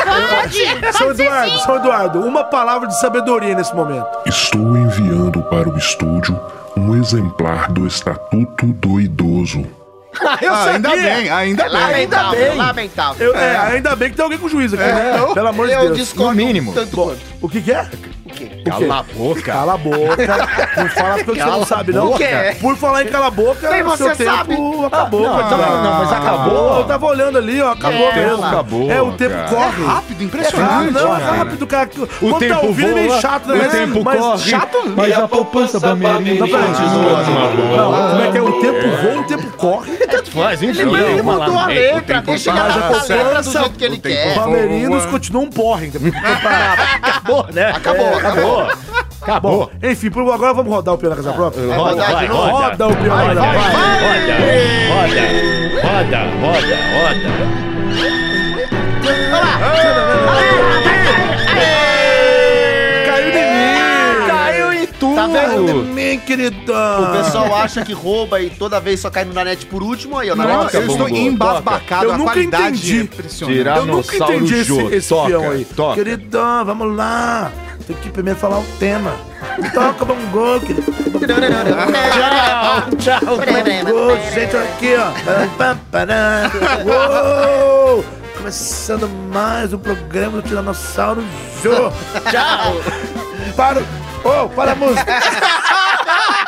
pode.
São
Pode ser
Eduardo,
sim.
São Eduardo, uma palavra de sabedoria nesse momento.
Estou enviando para o estúdio um exemplar do Estatuto do Idoso.
Eu
Ah, ainda bem, ainda bem.
é Lamentável, lamentável.
Eu- é, ainda bem que tem alguém com juízo aqui, né? Pelo amor de
Eu
Deus.
discordo
no mínimo.
tanto quanto.
O que, que é?
Cala a boca.
Cala a boca. Não fala porque você não sabe, não.
boca. O quê?
Por falar em cala a boca,
Quem
o
você
seu
sabe?
tempo acabou.
não,
Eduardo.
não, não, mas acabou?
Eu tava olhando ali, ó. Acabou
É,
mesmo.
acabou,
é, o tempo
cara.
corre.
Rápido,
Ah,
impressionante.
não, é
cara.
rápido, cara. O
tempo
é meio
voa,
chato, né?
o
Mas-
tempo
mas
corre.
Chato
Mas a poupança Bameri
Não, peraí. Não, como é que é? O tempo voa, o tempo corre.
Faz, enfim.
Ele, ele
vamos lá
mudou a
no meio.
letra,
tempo
deixa ele
passa,
adaptar a letra do
passa,
jeito que ele
o tempo
É,
quer.
passa.
Valerinos
voa.
continuam um porre. Então,
Acabou, né? Acabou, acabou. Acabou.
Bom, É, enfim, por- agora vamos rodar o Pela Casa Própria?
Roda,
verdade,
vai,
não?
roda.
Roda o Pela Casa
Vai,
Própria.
roda, roda, roda, roda, roda.
Caiu de mim! Caiu em tudo!
Tá vendo?
de mim, queridão!
O pessoal acha que rouba e toda vez só cai no Nanete por último, aí, ó.
Não,
Nanete
eu estou
Toca.
embasbacado.
Eu
a
nunca
qualidade
entendi.
é impressionante.
Eu nunca
Tiranossauro
entendi esse,
Jô.
esse
Toca,
peão aí.
toca.
Queridão, vamos lá! Tem que primeiro falar o tema. Toca bongô, querido.
Tchau.
Bongô, gente, olha aqui, ó. Pam, pam, pará. Uou! Começando mais o programa do Tiranossauro Jô. Tchau! Para o... Oh, para a música!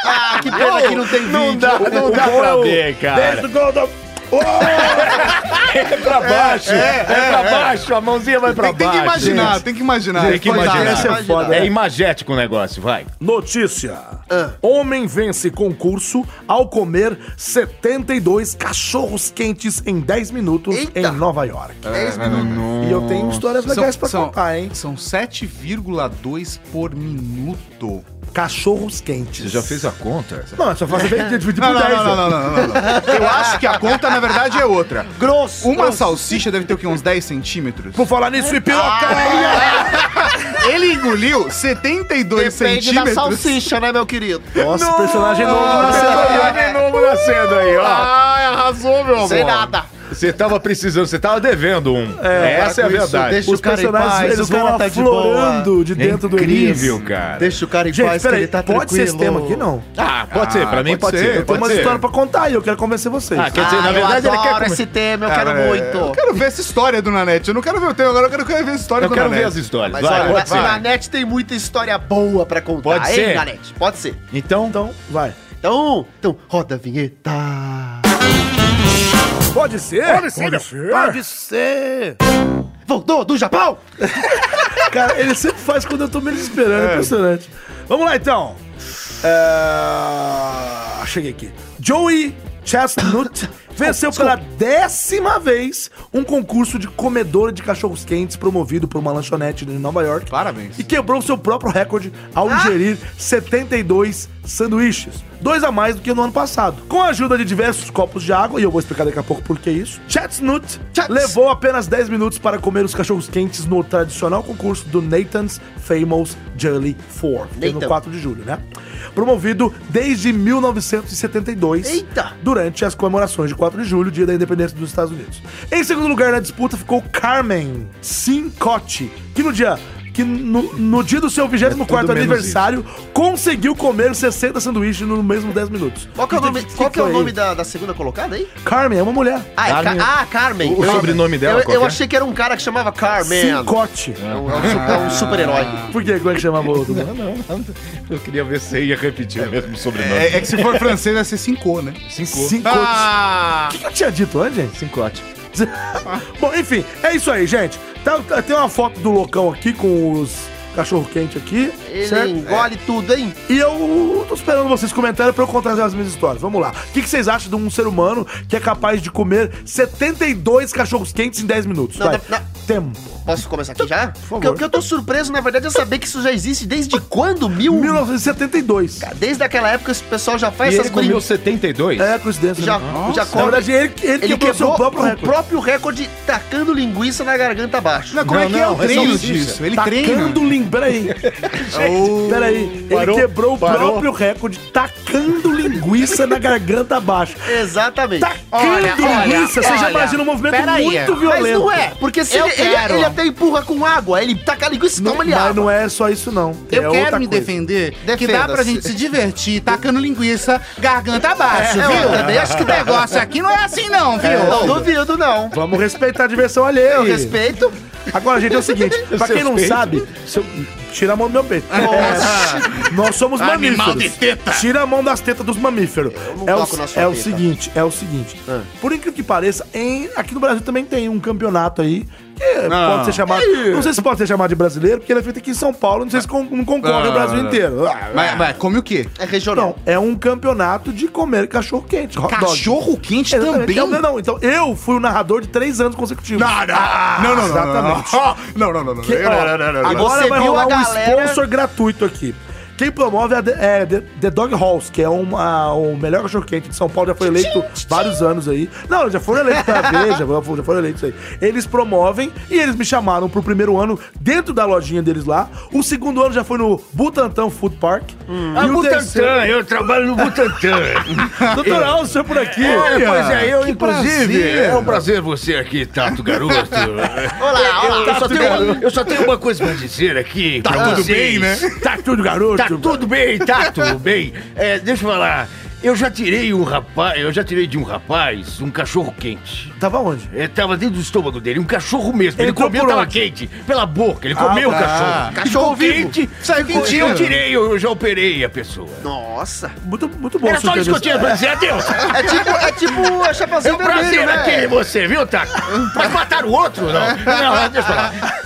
Ah, que pena que não tem vídeo.
dá, não dá Um pra ver, cara.
é Desce o gol do...
É pra baixo. É, pra baixo. A mãozinha vai pra
Tem, tem que
baixo.
imaginar, tem que imaginar.
Tem que
Coitado,
imaginar.
essa
é foda,
É imagético o negócio, vai.
Notícia:
Ah.
Homem vence concurso ao comer 72 cachorros quentes em 10 minutos
Eita. É,
em Nova York. E eu tenho histórias legais é pra
são-
contar, hein?
São 7,2 por minuto.
Cachorros quentes.
Você já fez a conta?
Não, é só fazer dividir
Não,
por
não,
10.
não, não, não, não, não, não. Eu acho que a conta, na verdade, é outra.
Grosso.
Uma salsicha deve ter o quê? Uns 10 centímetros?
Por falar nisso, Ipiroca!
Ele engoliu 72
Depende da
centímetros.
salsicha, né, meu querido?
Nossa, personagem novo.
tá
né?
novo nascendo aí, ó.
Ah,
Ai, arrasou, meu amor.
Sem nada.
Você tava precisando, você tava devendo um. Essa é a
com isso,
verdade.
deixa
Os
o cara em
personagens
paz,
eles
o cara
vão
tá de
aflorando
boa.
de,
É
dentro do
incrível,
Elias.
cara.
Deixa o cara em
Gente,
paz, que
peraí,
ele tá
pode ser
tranquilo.
esse tema aqui, não?
Ah, pode ser, pra
Ah,
mim
pode
pode
ser,
ser.
eu
Tem
pode
uma
ser.
história pra contar e eu quero convencer vocês.
Ah, quer dizer,
Ah,
na
eu
verdade ele
adoro
quer.
esse tema, eu
Cara,
quero
é,
muito.
Eu quero ver essa história do Nanete. Eu não quero ver o teu agora, eu quero quero ver essa história
Eu
do
quero ver
Nanete.
as histórias.
Mas
Vai,
olha,
pode
na, na
ser.
net tem muita história boa pra contar,
Pode
hein,
ser.
na net? Pode ser.
Então,
Então, vai.
Então, então, roda a vinheta.
Pode ser? Pode ser. Pode ser.
Voltou do Japão?
Cara, ele sempre faz quando eu tô menos esperando. É impressionante. Vamos lá, então. É, Cheguei aqui. Joey Chestnut venceu pela décima vez um concurso de comedor de cachorros quentes promovido por uma lanchonete de Nova York.
Parabéns.
E quebrou seu próprio recorde ao ingerir 72 sanduíches. Dois a mais do que no ano passado. Com a ajuda de diversos copos de água, e eu vou explicar daqui a pouco por que isso, Chestnut
Chats.
levou apenas 10 minutos para comer os cachorros quentes no tradicional concurso do Nathan's Famous Jelly 4, que é no
Nathan.
4 de julho, né? Promovido desde 1972.
Eita!
Durante as comemorações de 4 de julho, dia da independência dos Estados Unidos. Em segundo lugar na disputa ficou Carmen Sincotti, que no dia que no, no dia do seu
É
24
menos
aniversário conseguiu comer 60 sanduíches nos mesmos 10 minutos.
Qual que é o
Então,
nome,
que
qual que é o
foi
nome
aí?
da, da segunda colocada aí?
Carmen, é uma mulher.
Ah, é Ca-
Carmen.
ah, Carmen.
O
Eu-
sobrenome dela,
eu- Eu,
qual que é?
achei que era um cara que chamava Carmen.
Sincotti.
É um, é um su- é um super-herói.
Por que? Como é que chama a boa?
Então, Eu queria ver se você ia repetir o mesmo sobrenome.
É, é que se for francês vai ser cinco, né?
Cinco.
Sincotti.
Ah!
O que, que eu tinha dito antes, gente?
Cincote.
Bom, enfim, é isso aí, gente. Tá- tá- tem uma foto do loucão aqui com os cachorro-quente aqui,
Ele
certo?
engole tudo, hein?
E eu tô esperando vocês comentarem pra eu contar as minhas histórias. Vamos lá. O que, que vocês acham de um ser humano que é capaz de comer 72 cachorros-quentes em 10 minutos?
Não,
Vai.
não, não.
Tempo.
Posso começar aqui já?
favor.
Porque o que eu tô surpreso, na verdade, é saber que isso já existe desde quando? Mil...
1972.
Desde aquela época, esse pessoal já faz
E ele
essas
comeu
brincadeiras.
72?
É, coincidência.
Já,
né?
já
Na
come...
verdade, ele, ele,
Ele
quebrou, seu
quebrou
próprio
o
recorde.
próprio recorde tacando linguiça na garganta abaixo.
Não, como é
Não,
que é
não,
o
é
treino
salsicha.
disso? Ele treina.
Tacando limbo. Tá Peraí.
Ô,
Peraí. Ele
Parou,
quebrou o
parou.
próprio recorde tacando linguiça na garganta abaixo.
Exatamente.
Tacando
Olha, olha,
linguiça. Você já
olha.
imagina um movimento
Peraí.
muito violento.
Mas não é, porque se
Eu
ele, ele-
quero.
ele até empurra com água, ele taca a linguiça e
Não,
toma ali
mas
água.
não é só isso, não.
Eu
É outra
quero me
coisa.
defender que dá
Defenda-se.
pra gente se divertir tacando linguiça garganta abaixo,
É, eu
viu?
também acho que
o negócio aqui não é assim não, viu?
Não duvido, não.
Vamos respeitar a diversão alheia.
Eu
aí.
respeito.
Agora, gente, é o seguinte. pra quem
seus
não
peitos.
sabe, se eu- tira a mão do meu peito. É, nós somos mamíferos.
Animal de teta.
Tira a mão das tetas dos mamíferos.
não
É o,
toco na sua
é o
teta.
seguinte, é o seguinte.
Ah.
Por incrível que pareça, em- aqui no Brasil também tem um campeonato aí que
Ah.
Não.
pode ser chamado... Não sei se pode ser chamado de brasileiro, porque ele é feito aqui em São Paulo. Não sei se con- não concorre
Não,
o Brasil
não.
inteiro. Ah,
Mas, mas come o quê?
É
Não,
regional.
é um campeonato de comer cachorro quente. hot dog.
Cachorro quente
Exatamente.
também?
é um-
é um-
Não, não, não. Então, eu fui o narrador de três anos consecutivos.
Não, não, não.
Exatamente.
Não, não, não. não. É
Que, é ó,
Não, não, não, não.
agora
Você
vai
viu
rolar
a
um
galera-
sponsor gratuito aqui. Quem promove é, a The- é The, The Dog Halls, que é uma- o melhor cachorro-quente de São Paulo, já foi eleito vários anos aí. Não, já foram eleitos pra ver, já, foram- já foram eleitos aí. Eles promovem e eles me chamaram pro primeiro ano dentro da lojinha deles lá. O segundo ano já foi no Butantã Food Park.
Hum. Ah,
E o terceiro...
eu trabalho no Butantan.
Doutor Al, o senhor por aqui.
Olha, pois é, eu, inclusive,
prazer.
é um prazer você aqui, Tato Garoto. É,
Olá,
Eu,
olá.
só tenho, eu só tenho uma coisa pra dizer aqui. Tá
tudo bem, né?
Tá tudo, garoto.
Tá tudo bem, tá tudo bem. É, deixa eu falar. Eu já tirei um rapaz, eu já tirei de um rapaz um cachorro quente.
Tava onde?
É, tava dentro do estômago dele, um cachorro mesmo. Ele,
Ele
comeu,
comprou
tava
onde?
quente, pela boca, ele comeu
tá.
o cachorro.
Cachorro vivo.
Quente,
Saiu quentinho.
Eu tirei, eu já operei a pessoa.
Nossa.
Muito, muito bom.
Era só
sua
isso que eu tinha
entrevista.
pra dizer, adeus.
É tipo, é tipo a
É
Chapeuzinho
um prazer
Vermelho,
aquele
né?
você, viu, Tato? Mas mataram o outro, não? Não, deixa eu falar.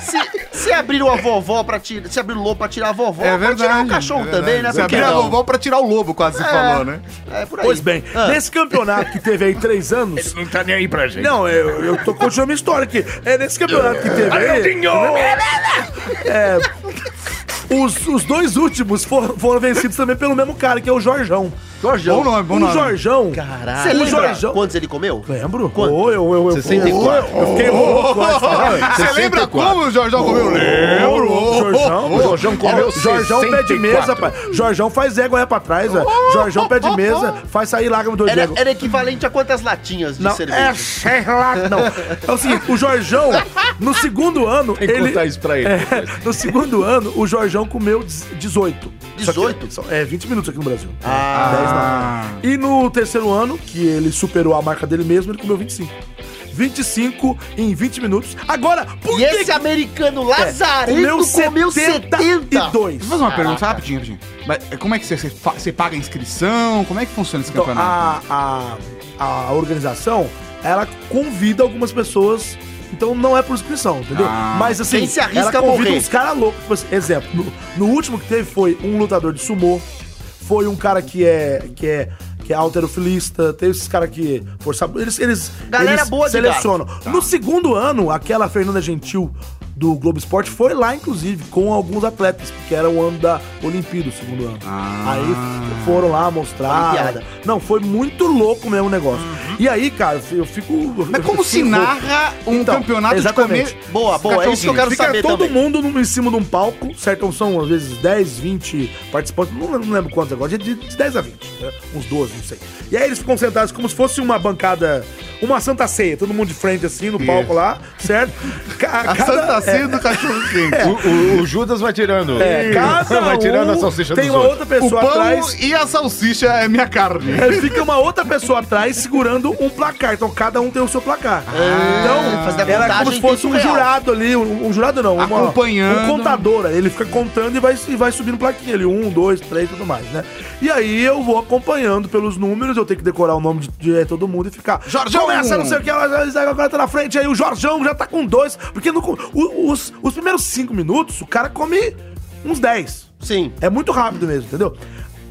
Se, se abriram a vovó pra tirar... Se abriram o lobo pra tirar a vovó,
É
pra tirar o
verdade.
cachorro
é
também, né?
verdade. Você
Por que
abriu a
não?
vovó pra tirar o lobo, quase
É,
falou, né?
É, por aí.
Pois bem,
Ah.
nesse campeonato que teve aí três anos.
Não tá nem aí pra gente.
Não, eu, eu tô continuando a minha história aqui. É nesse campeonato que teve aí.
Arnaldinho!
Os, os dois últimos foram, foram vencidos também pelo mesmo cara, que é o Jorjão.
Jorjão.
Bom nome, bom
o
nome.
Jorjão.
Você
o
lembra
Jorjão.
quantos ele comeu?
Lembro?
Quanto?
Ô, eu, eu, eu,
64.
ô, eu fiquei louco.
Você lembra como o Jorjão comeu? Lembro!
O Jorjão,
O Jorjão comeu
Jorjão pé de
64.
mesa, pai. Jorjão faz égua é pra trás, velho. Jorjão pé de mesa, faz sair lágrima do
é
Era,
Diego.
era equivalente a quantas latinhas de
Não, é
cerveja?
sei lá, não. É o seguinte, o Jorjão, no segundo ano,
Tem que
ele...
contar isso pra ele.
É, no segundo ano, o Jorjão comeu 18. Só que-
18?
são- é, 20 minutos aqui no Brasil. É,
Ah,
E no terceiro ano, que ele superou a marca dele mesmo, ele comeu 25. 25 em 20 minutos. Agora, por
E
que é,
esse americano lazarento comeu 70.
Deixa eu fazer uma pergunta rapidinho, rapidinho. Mas, é, como é que você, você fa- você paga a inscrição? Como é que funciona esse
Então,
campeonato? né?
a, a, a organização, ela convida algumas pessoas. Então não é por inscrição, entendeu?
Ah,
Mas assim,
quem se arrisca
ela
a
convida
morrer?
uns caras loucos. Tipo assim, exemplo, no, no último que teve foi um lutador de sumô, foi um cara que é. que é. que é alterofilista, teve esses caras que. Força, eles, eles,
Galera
eles
boa de
selecionam.
Tá.
No segundo ano, aquela Fernanda Gentil do Globo Esporte foi lá, inclusive, com alguns atletas, porque era o ano da Olimpíada, o segundo ano.
Ah.
Aí foram lá mostrar.
Olimpiada.
Não, foi muito louco mesmo o negócio. E aí, cara, eu fico. assim, eu
Uhum. Mas como
fico
se
louco.
narra um
Então,
campeonato
exatamente.
de comer?
Boa, boa, é isso que eu quero
Fica
saber
todo
também.
mundo num- em cima de um palco, certo? São às vezes 10, 20 participantes, não lembro, não lembro quantos agora, de, de 10 a 20, né? uns 12, não sei. E aí eles ficam sentados como se fosse uma bancada, uma santa ceia, todo mundo de frente assim, no palco lá, certo? Ca-
A
cada-
Santa Ceia do cachorro quente.
O, o- o Judas vai tirando.
é, cada
vai tirando a
um
salsicha
Tem
dos
uma
outros.
outra
O
pessoa
pão
atrás.
e a salsicha é minha carne.
É, fica uma outra pessoa atrás segurando um placar. Então cada um tem o seu placar.
faz da
então, era como
Ah, contagem
se fosse um
tempo real.
jurado ali, um, um jurado não, uma-
Acompanhando.
um contador. Ele fica contando e vai, e vai subindo plaquinha ali, um, dois, três e tudo mais, né? E aí eu vou acompanhando pelos números, eu tenho que decorar o nome de, de todo mundo e ficar.
Jorjão!
Começa, não sei o que, agora tá na frente, aí o Jorjão já tá com dois. Porque no- o- os, os primeiros cinco minutos, o cara come uns dez.
Sim.
É muito rápido mesmo, entendeu?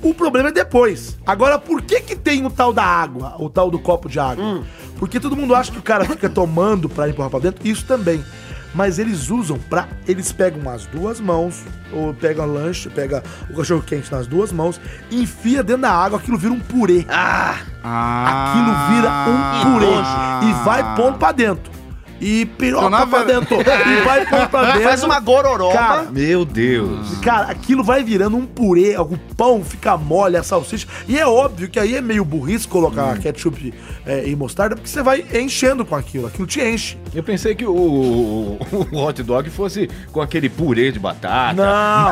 O problema é depois. Agora, por que que tem o tal da água, o tal do copo de água? Porque todo mundo acha que o cara fica tomando pra empurrar pra dentro, isso também. Mas eles usam pra. Eles pegam as duas mãos, ou pegam lanche, pega o cachorro quente nas duas mãos, enfia dentro da água, aquilo vira um purê. Aquilo vira
Ah.
um purê. E vai pondo pra dentro. E piroca
Então, na
pra
ver-
dentro. e vai pondo pra dentro.
Faz uma gororoba.
Cara,
Meu Deus.
Cara, aquilo vai virando um purê, o pão fica mole, a salsicha. E é óbvio que aí é meio burrice
Hum.
colocar ketchup é, e mostarda, porque você vai enchendo com aquilo, aquilo te enche.
Eu pensei que o, o- o hot dog fosse com aquele purê de batata.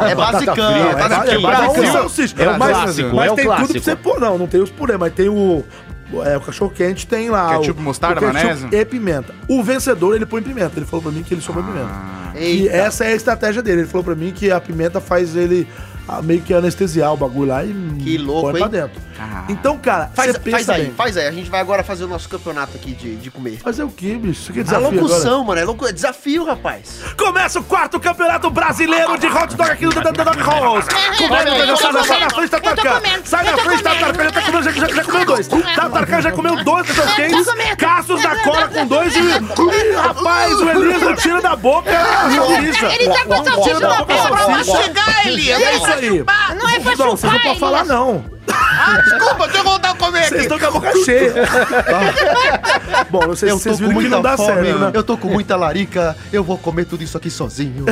é
batata
basicão,
frita,
é basicão,
é basicão,
basicão.
salsicha.
É o
mas,
clássico,
mas
é o
tem tudo
clássico.
pra você pôr. Não, não tem os purê, mas tem o. É, o cachorro quente tem lá.
Ketchup,
o,
mostarda,
o ketchup
maionese?
E pimenta. O vencedor, ele põe pimenta. Ele falou pra mim que ele só põe pimenta. E
Eita.
essa é a estratégia dele. Ele falou pra mim que a pimenta faz ele ah, meio que anestesiar o bagulho lá e
Que louco,
põe pra
hein? Ah.
dentro. Então, cara,
Faz,
você pensa
faz aí,
bem.
faz aí. A gente vai agora fazer o nosso campeonato aqui de, de comer.
Fazer o que, bicho? Isso que é
A
desafio
locução, mano, é louco, é desafio, rapaz.
agora. Começa o quarto campeonato brasileiro de hot dog aqui no Dog Dog Halls. Comendo,
eu tô
sai na- sai na
comendo,
frente,
eu tô
Tatarcan.
comendo,
Sai na
eu tô
frente, Tatarcan. Já tá comendo, já, já, já comeu dois. Tatarcan já comeu dois cachorros quentes.
comendo.
Caços da cola com dois. E, um. Ih, rapaz, o Elias não tira da boca a salsicha.
Ele tá com a
Tira
salsicha
da
na
boca a
boca pra
salsicha.
mastigar, Elias.
É isso aí.
Não é pra
Não, vocês não podem falar, não.
Desculpa, deixa eu voltar a comer
Vocês estão com a boca cheia. É Bom, não sei se vocês viram que não dá certo, né?
eu tô com muita larica, eu vou comer tudo isso aqui sozinho.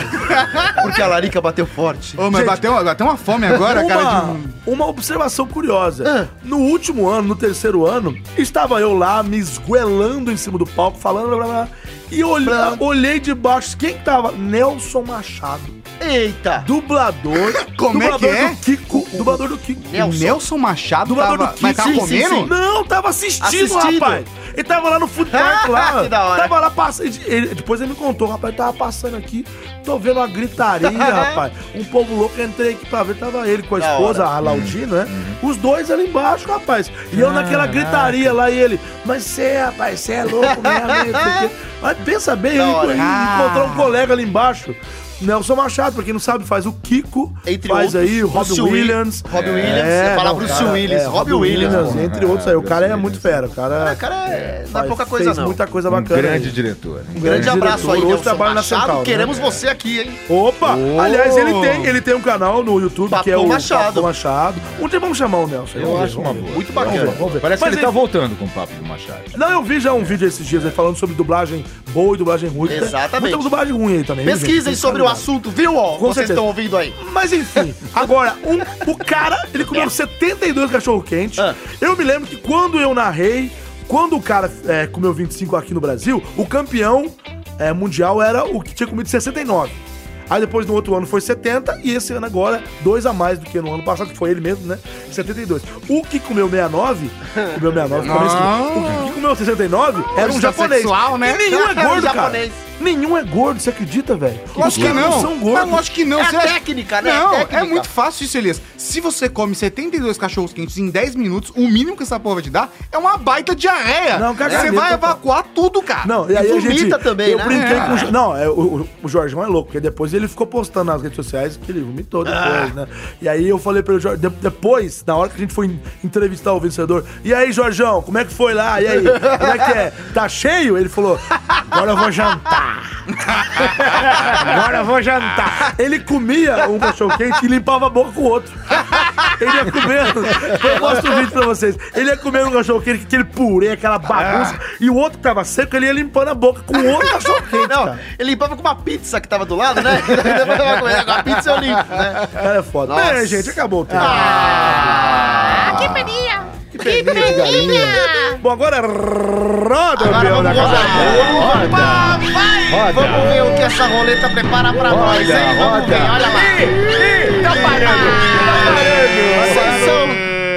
Porque a larica bateu forte.
Ô, mas
Gente,
bateu, bateu uma fome agora,
uma,
cara. De... um-
uma observação curiosa. No último ano, no terceiro ano, estava eu lá me esguelando em cima do palco, falando blá blá blá. E olhe-
Blá.
olhei de baixo, quem que tava? Nelson Machado,
Eita!
dublador.
Como é
dublador
que é?
do Kiko. Dublador do Kiko.
O Nelson Machado
Dublador É
tava...
do Kid,
Mas tava
sim,
comendo?
sim, sim. Não, tava assistindo,
Assistindo.
rapaz. Ele tava lá no food park lá.
Que da hora.
Tava lá passando. ele- depois ele me contou, rapaz, tava passando aqui, tô vendo uma gritaria, rapaz. Um povo louco, eu entrei aqui pra ver, tava ele com a
Da Uhum.
esposa, a Laudina, né? Os dois ali embaixo, rapaz. E eu naquela gritaria lá, e ele, mas você, rapaz, é você é louco mesmo. hein?" Não sei o quê. Mas pensa bem, eu
Da hora. Ah.
encontrei um colega ali embaixo. Nelson Machado, pra quem não sabe, faz o Kiko,
Entre
faz
outros,
aí o Robbie
Bruce Willi-
Williams.
É.
É,
Robbie Williams, ia falar Bruce Willis, Robbie Williams,
porra.
entre outros aí. O
É,
cara é
Bruce
muito fera, o cara...
O cara é, não é
faz-
pouca coisa,
fez
não.
muita coisa
Um
bacana.
grande
aí.
diretor.
Grande
Um
grande
abraço aí,
diretor, hoje
Nelson
trabalha na
Machado.
Central, né?
Queremos você aqui, hein?
Opa!
Oh!
Aliás, ele tem, ele tem um canal no YouTube
Papo
que é o
Machado.
Papo Machado. Um dia vamos chamar o Nelson.
Eu
vamos ver,
acho
vamos
uma
ver.
boa.
Muito bacana.
Vamos ver, vamos ver. Parece
Mas
que ele tá
ele-
voltando com o papo do Machado.
Não, eu vi já um vídeo esses dias aí falando sobre dublagem boa e dublagem ruim.
Exatamente.
Mas Tem dublagem ruim aí também. viu, gente?
Pesquisem
Vocês
sobre
estão
o
ligados.
assunto, viu? Ó,
Com
vocês
certeza.
estão ouvindo aí.
Mas enfim, agora, um- o cara, ele
É.
comeu 72 cachorro-quente.
Ah.
Eu me lembro que quando eu narrei, quando o cara é, comeu 25 aqui no Brasil, o campeão é, mundial era o que tinha comido 69. Aí depois no outro ano foi 70 e esse ano agora, dois a mais do que no ano passado, que foi ele mesmo, né? 72. O que comeu 69, comeu 69, comeu esse é aqui. o que comeu 69 era um
Hoje tá
japonês.
sexual, né?
E nenhum é
Era um
gordo, cara.
japonês.
Nenhum é gordo, você acredita, velho? Os
Lógico que
caras
não.
são
Mas
gordos.
lógico que não.
É
Você
a
acha-
técnica, né? É a
Não,
técnica.
é muito fácil isso, Elias. Se você come 72 cachorros quentes em 10 minutos, o mínimo que essa porra vai te dar é uma baita diarreia.
Não, caceta,
Você vai
tá-
evacuar tudo, cara.
Não, e aí a
vomita
gente,
também,
eu
né?
brinquei
É.
com o Jo- Não, é, o, o, o Jorgão é louco, porque depois ele ficou postando nas redes sociais que ele vomitou depois, né? E aí eu falei pra ele, Jor- de- depois, na hora que a gente foi entrevistar o vencedor, e aí, Jorgão, como é que foi lá? E aí, como é que é? Tá cheio? Ele falou, agora eu vou jantar. Agora eu vou jantar. Ele comia um cachorro quente e limpava a boca com o outro. Ele ia comendo. Eu mostro o vídeo pra vocês. Ele ia comendo um cachorro quente, aquele purê, aquela bagunça. E o outro que tava seco, ele ia limpando a boca com o outro cachorro quente.
Não,
Cara.
ele limpava com uma pizza que tava do lado, né? Agora a pizza eu limpo, né?
cara é foda.
Nossa.
Bem, gente, acabou o tempo.
Ah, que peninha!
Que
Bom, agora roda o
Agora
peão
vamos
da
gozar.
casa.
Vamos, Papai! Vamos ver o que essa roleta prepara pra nós, hein? Vamos ver, olha lá. Tá parando. Vocês são,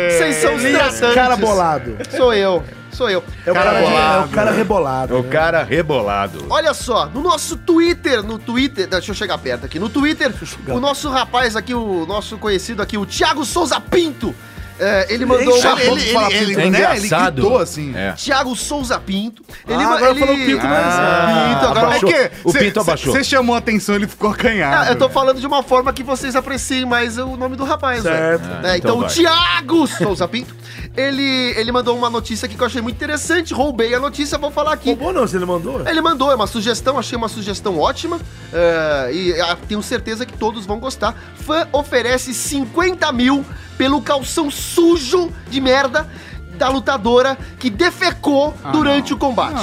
vocês são os tratantes.
Cara bolado.
Sou eu, sou eu.
É o cara, de- é o cara rebolado.
O cara rebolado.
Olha só, no nosso Twitter, no Twitter, deixa eu chegar perto aqui, no Twitter, o nosso rapaz aqui, o nosso conhecido aqui, o Thiago Souza Pinto, é, ele mandou...
Ele, ele,
ele- ele- ele-
É
né, ele
engraçado.
gritou assim.
É.
Thiago Souza Pinto. Ele,
Ah,
ma-
agora
ele...
falou Pinto, mas-
Ah,
então,
Pinto, agora...
abaixou.
É que-
O Pinto abaixou.
Você chamou a atenção, ele ficou acanhado.
Ah, eu tô falando de uma forma que vocês apreciem mais o nome do rapaz,
Certo.
velho.
Ah,
É, então,
então
o
vai.
Thiago Souza Pinto, ele, ele mandou uma notícia aqui que eu achei muito interessante, roubei a notícia, vou falar aqui.
Roubou não, se ele mandou?
Ele mandou, é uma sugestão, achei uma sugestão ótima. é, e ah, tenho certeza que todos vão gostar. Fã oferece 50 mil pelo calção sujo de merda da lutadora que defecou durante o combate.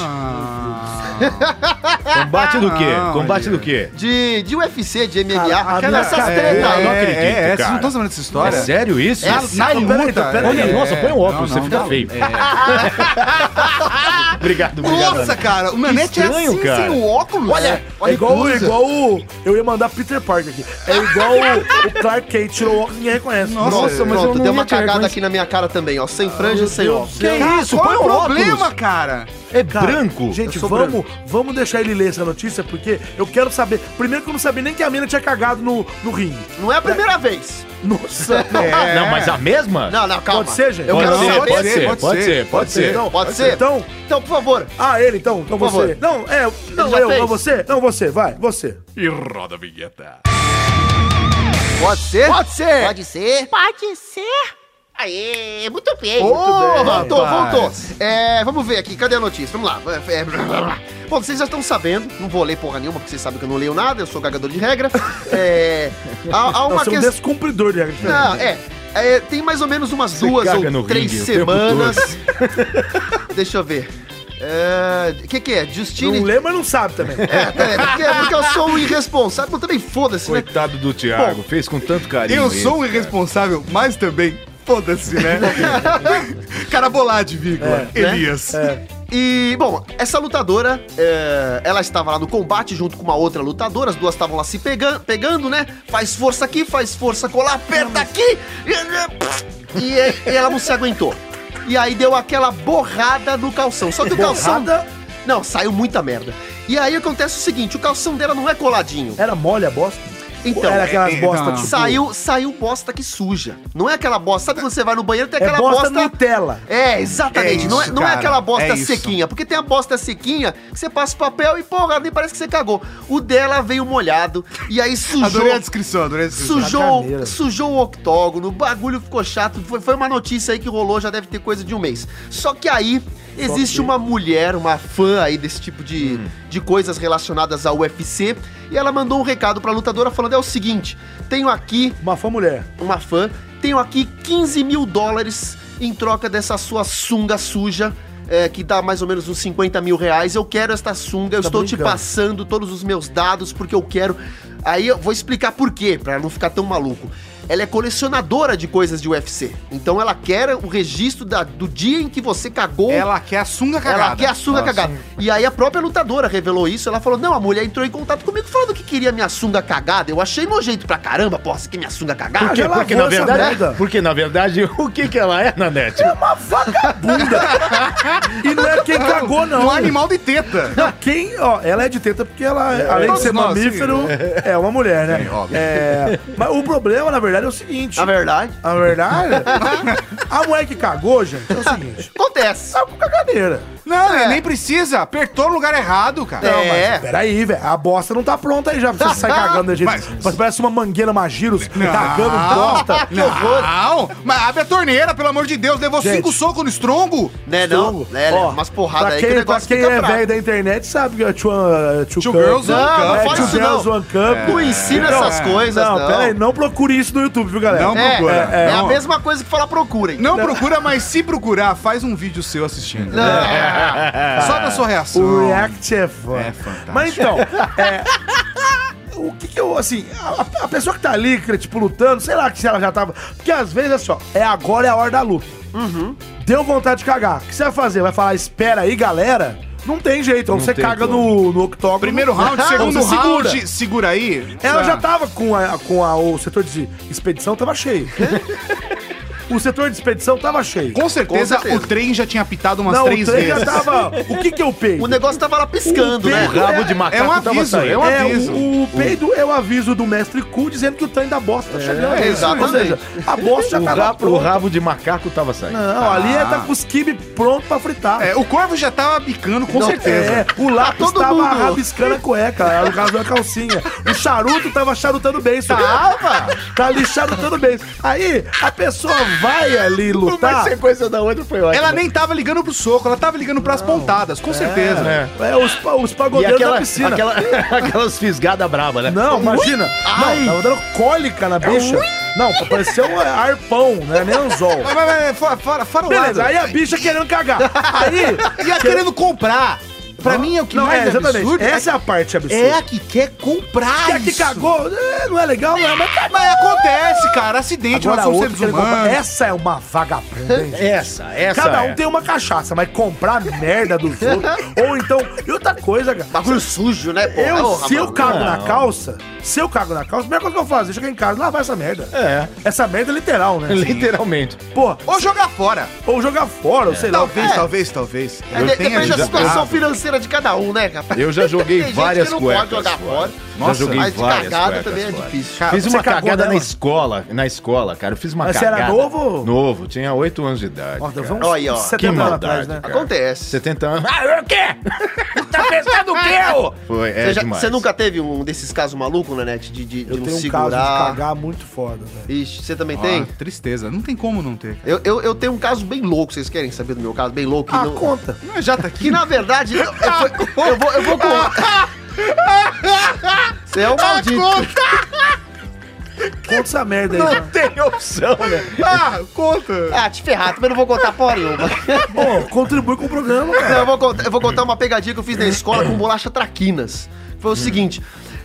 Combate do quê?
Ah,
Combate
olha.
do quê?
De, de UFC, de MMA,
Cara, a
aquela-
minha
essas
cara-
tretas.
eu não acredito,
é, é, vocês
cara.
não estão sabendo dessa
É
história?
sério isso?
É,
Na
Não, peraí,
luta,
peraí.
Olha,
é.
nossa, põe um óculos,
Não,
você
não, É.
fica
não.
feio. obrigado, obrigado.
Nossa, cara, o Nanete é
estranho,
assim,
cara.
sem o óculos.
Olha, é igual, é igual o. Eu ia mandar Peter Parker aqui. É igual o, o Clark Kent tirou o óculos ninguém reconhece.
Nossa,
Nossa,
mas eu
pronto,
não
deu
ia
uma
te
cagada
reconhecer.
aqui na minha cara também, ó. Sem franja, sem óculos.
Que
Cara,
isso?
qual
Põe
é o
óculos.
problema, cara?
É branco.
Gente,
Eu sou
vamos, vamos deixar ele ler essa notícia, porque eu quero saber. Primeiro que eu não sabia nem que a mina tinha cagado no, no ringue.
Não é a primeira vez.
Nossa, não.
Não, mas a mesma?
Não, não, calma.
Pode ser, gente?
Eu
É. Pode,
quero
ser,
saber.
pode, ser, pode,
pode
ser, pode ser,
Então,
Pode ser?
Então,
Então, por favor.
ah, ele, então, então
Por
você.
favor.
Não, é, não,
já
eu,
fez?
não você, não, você, vai, você.
Pode ser? Pode ser.
Pode ser?
Pode ser?
Aê, é muito bem.
Ô, voltou, voltou. É, vamos ver aqui, cadê a notícia? Vamos lá. É, blá, blá, blá. Bom, vocês já estão sabendo, não vou ler porra nenhuma, porque vocês sabem que eu não leio nada, eu sou cagador de regra. É, há, há
Não,
uma
você é um
questão.
descumpridor de regra.
Não, é, é, Tem mais ou menos umas duas
caga
ou
no
três
ringue o tempo
semanas. Deixa eu ver. O que, que é? Justine.
Não lê, mas não sabe também.
É, é, porque, porque eu sou um irresponsável, mas também foda-se, né?
Coitado do Thiago, fez com tanto carinho.
Eu
ele.
sou o irresponsável, mas também foda-se, né? Cara bolade, vírgula. Elias.
É.
E, bom, essa lutadora, é, ela estava lá no combate junto com uma outra lutadora, as duas estavam lá se pegando, pegando, né? Faz força aqui, faz força colar, aperta aqui! E, e- e ela não se aguentou. E aí deu aquela borrada no calção. Só que o calção.
Borrada?
Não, saiu muita merda. E aí acontece o seguinte: o calção dela não é coladinho.
Era mole a bosta?
Então,
Era aquelas
é, é,
bosta
não.
tipo,
saiu, saiu bosta que suja. Não é aquela bosta. Sabe quando você vai no banheiro e tem
É
aquela
bosta
bosta.
Nutella.
É, exatamente.
É
não, é,
isso,
não é
cara.
aquela bosta
É isso.
sequinha. Porque tem a bosta sequinha que você passa o papel e, porra, nem parece que você cagou. O dela veio molhado e aí sujou.
Adorei a descrição, adorei a descrição.
Sujou,
Sacaneira.
sujou o octógono, o bagulho ficou chato. Foi, foi uma notícia aí que rolou, já deve ter coisa de um mês. Só que aí existe uma mulher, uma fã aí desse tipo de,
Hum.
de coisas relacionadas à UFC, e ela mandou um recado pra lutadora falando: é o seguinte, tenho aqui
Uma fã mulher.
uma fã. Tenho aqui 15 mil dólares em troca dessa sua sunga suja. é, que dá mais ou menos uns 50 mil reais. Eu quero esta sunga, eu
Tá
estou te
brincando.
passando todos os meus dados porque eu quero. Aí eu vou explicar por quê, pra não ficar tão maluco. Ela é colecionadora de coisas de UFC. Então ela quer o registro da- do dia em que você cagou.
Ela quer a sunga cagada.
Ela quer a sunga cagada. E aí a própria lutadora revelou isso. Ela falou: Não, a mulher entrou em contato comigo falando que queria minha sunga cagada. Eu achei nojento pra caramba, porra, você quer minha sunga cagada?
Por quê?
ela
Porque
lavou
na
essa merda.
verdade, porque na verdade, o que que ela é, Nanete?
E não é quem cagou, não.
Um animal de teta.
Não, quem, ó, ela é de teta porque ela, além de
todos
ser
nós,
mamífero, é uma mulher, né?
Sim, óbvio.
É, mas o problema, na verdade, é o seguinte.
Na verdade,
A verdade, a mulher que cagou, gente, é o seguinte.
acontece.
Tá com cagadeira.
Não,
É.
nem precisa. Apertou no lugar errado, cara.
É.
Peraí, velho. A bosta não tá pronta aí já. Você sai cagando da gente.
Mas-
Mas parece uma mangueira magiros
Não.
cagando bosta.
que horror.
Não, mas abre a torneira, pelo amor de Deus. Levou
Gente.
cinco socos no estrongo.
Né, não? Né,
Ó,
umas porradas
pra
aí
quem,
que o negócio
pra quem
fica
é
bravo.
velho da internet sabe que é Two, uh, two,
Two
Cup.
Girls, One
Não,
Cup.
não
É,
fala
Two
isso
Girls,
não.
One Cup.
É.
Não ensina
Então,
essas coisas, não.
Não, pera aí, não procure isso no YouTube, viu, galera?
Não
É,
procura.
É,
É,
a
não.
mesma coisa que falar procurem.
Não procura, mas se procurar, faz um vídeo seu assistindo.
Não.
Só da sua reação.
O React é foda.
É fantástico.
Mas então, é, o que que eu, assim, a, a pessoa que tá ali, que, tipo, lutando, sei lá que se ela já tava. Porque às vezes é só, é agora é a hora da luta. Uhum. Deu vontade de cagar. O que você vai fazer? Vai falar, espera aí, galera? Não tem jeito. Ou você
tem
caga
como.
no, no octógono.
Primeiro round,
ou
segundo
você segura.
round, segura aí.
Ela já tá- tava com, a, com a- o setor de expedição, tava cheio. o setor de expedição tava cheio.
Com certeza,
Com certeza.
o trem já tinha pitado umas
Não,
três
o trem já
vezes.
tava. O que que eu peito?
O negócio tava lá piscando,
O
né?
peito é-
É um aviso, é um
É,
aviso.
o, o peido é o aviso do mestre Ku dizendo que o trem da bosta tá chegando.
é isso aí.
Ou seja, a bosta já
O
tava
rabo, o
pronta.
rabo de macaco tava saindo.
Não, ali é tá com os quibe pronto pra fritar.
É, o corvo já tava bicando, com
Não,
certeza.
é, o lápis
todo
tava
mundo.
rabiscando a cueca, no caso da calcinha. O charuto tava charutando bem, sabe?
Tava!
Tá ali charutando bem. Aí, a pessoa vai ali lutar.
sequência é da outra foi ótima.
Ela nem tava ligando pro soco, ela tava ligando pras pontadas, com certeza.
É.
É, os, pa- os
E
pagodeiros
aquela,
da piscina.
aquela, aquelas fisgadas braba, né?
Não, imagina. Não, É um tava Ah, tá dando cólica na bicha. Não, parecia um arpão, né? Nem anzol.
Mas, mas, mas, fora, fora, fora o
Beleza,
lado.
aí a bicha querendo cagar. Aí.
E ela querendo comprar. Pra mim é o que
é- Não,
mais
é,
é
exatamente.
absurdo.
Essa é a parte absurda.
É a que quer comprar
Quer que
isso.
cagou? É, não é legal, não é, mas cagou.
Mas acontece, cara. Acidente,
Agora
nós somos
outra
seres
querendo comprar.
humanos.
Essa é uma vagabunda, hein?
Essa, essa.
Cada um
é.
tem uma cachaça, mas comprar merda dos outros. ou então. E outra coisa, cara.
Bagulho sujo, né, porra?
Eu,
Porra,
se eu
mano.
cago na
Não.
calça, se eu cago na calça, a primeira coisa que eu faço é chegar em casa e lavar essa merda.
É.
Essa merda é literal, né?
um- Literalmente.
Pô,
Ou jogar fora.
ou jogar fora, ou sei lá.
Talvez,
É.
talvez, talvez.
É,
Eu
de-
tenha
depende da
jogado.
situação financeira de cada um, né, rapaz?
Eu já joguei
Tem gente
várias
que não
cuecas.
pode jogar fora.
já joguei
mas de
várias
cagada
cuecas
também é
fora.
difícil.
Fiz
você
uma
cagou
cagada
nela?
na escola, na escola, cara. Eu fiz uma
Mas você era
cagada. então
novo?
Novo, tinha 8 anos de idade.
Ó,
cara.
vamos
Olha aí, ó.
Que
70 anos
maldade,
atrás, né?
cara.
Acontece.
70 anos. Ah,
Ah, o quê? Tá pensando o quê, ô?
Foi, é
Você, já-
demais.
você nunca teve um desses casos malucos, Nanete? De, de, de
Eu
não
tenho um caso de
segurar.
cagar muito foda, velho.
Ixi, você também
Ah,
tem?
tristeza. Não tem como não ter.
Eu, eu, eu tenho um caso bem louco, vocês querem saber do meu caso? Bem louco. que
Ah,
não- é
conta.
Não, já tá aqui.
Que na verdade. Eu, eu vou- eu vou, eu vou contar. Você é um maldito.
Conta essa merda aí. Não.
tem opção, né?
Ah, conta.
Ah, te ferrar, também não vou contar porra nenhuma.
contribui com o programa,
Não,
cara.
eu, vou contar, eu vou contar uma pegadinha que eu fiz na escola com bolacha traquinas. Foi o seguinte.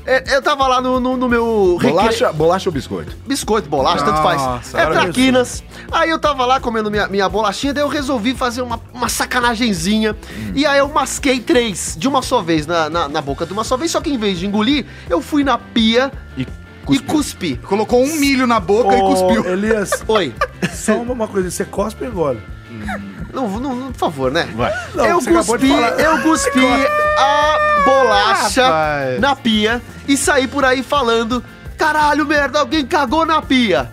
é, Eu tava lá no, no, no meu recre-
Bolacha, bolacha ou biscoito?
Biscoito, bolacha, tanto faz.
Nossa,
É
olha
traquinas. Aí eu tava lá comendo minha, minha bolachinha, daí eu resolvi fazer uma, uma sacanagenzinha. E aí eu masquei três de uma só vez, na, na, na boca de uma só vez. Só que em vez de engolir, eu fui na pia
E
e cuspi.
Colocou um milho na boca e
Ô,
cuspiu.
Elias,
Oi.
só uma- uma coisa, você cospe e engole.
Não, não, não, por favor, né?
Vai.
Não,
eu
você acabou de
cuspi,
falar.
eu cuspi a bolacha
Rapaz.
na pia e saí por aí falando. caralho, merda, alguém cagou na pia.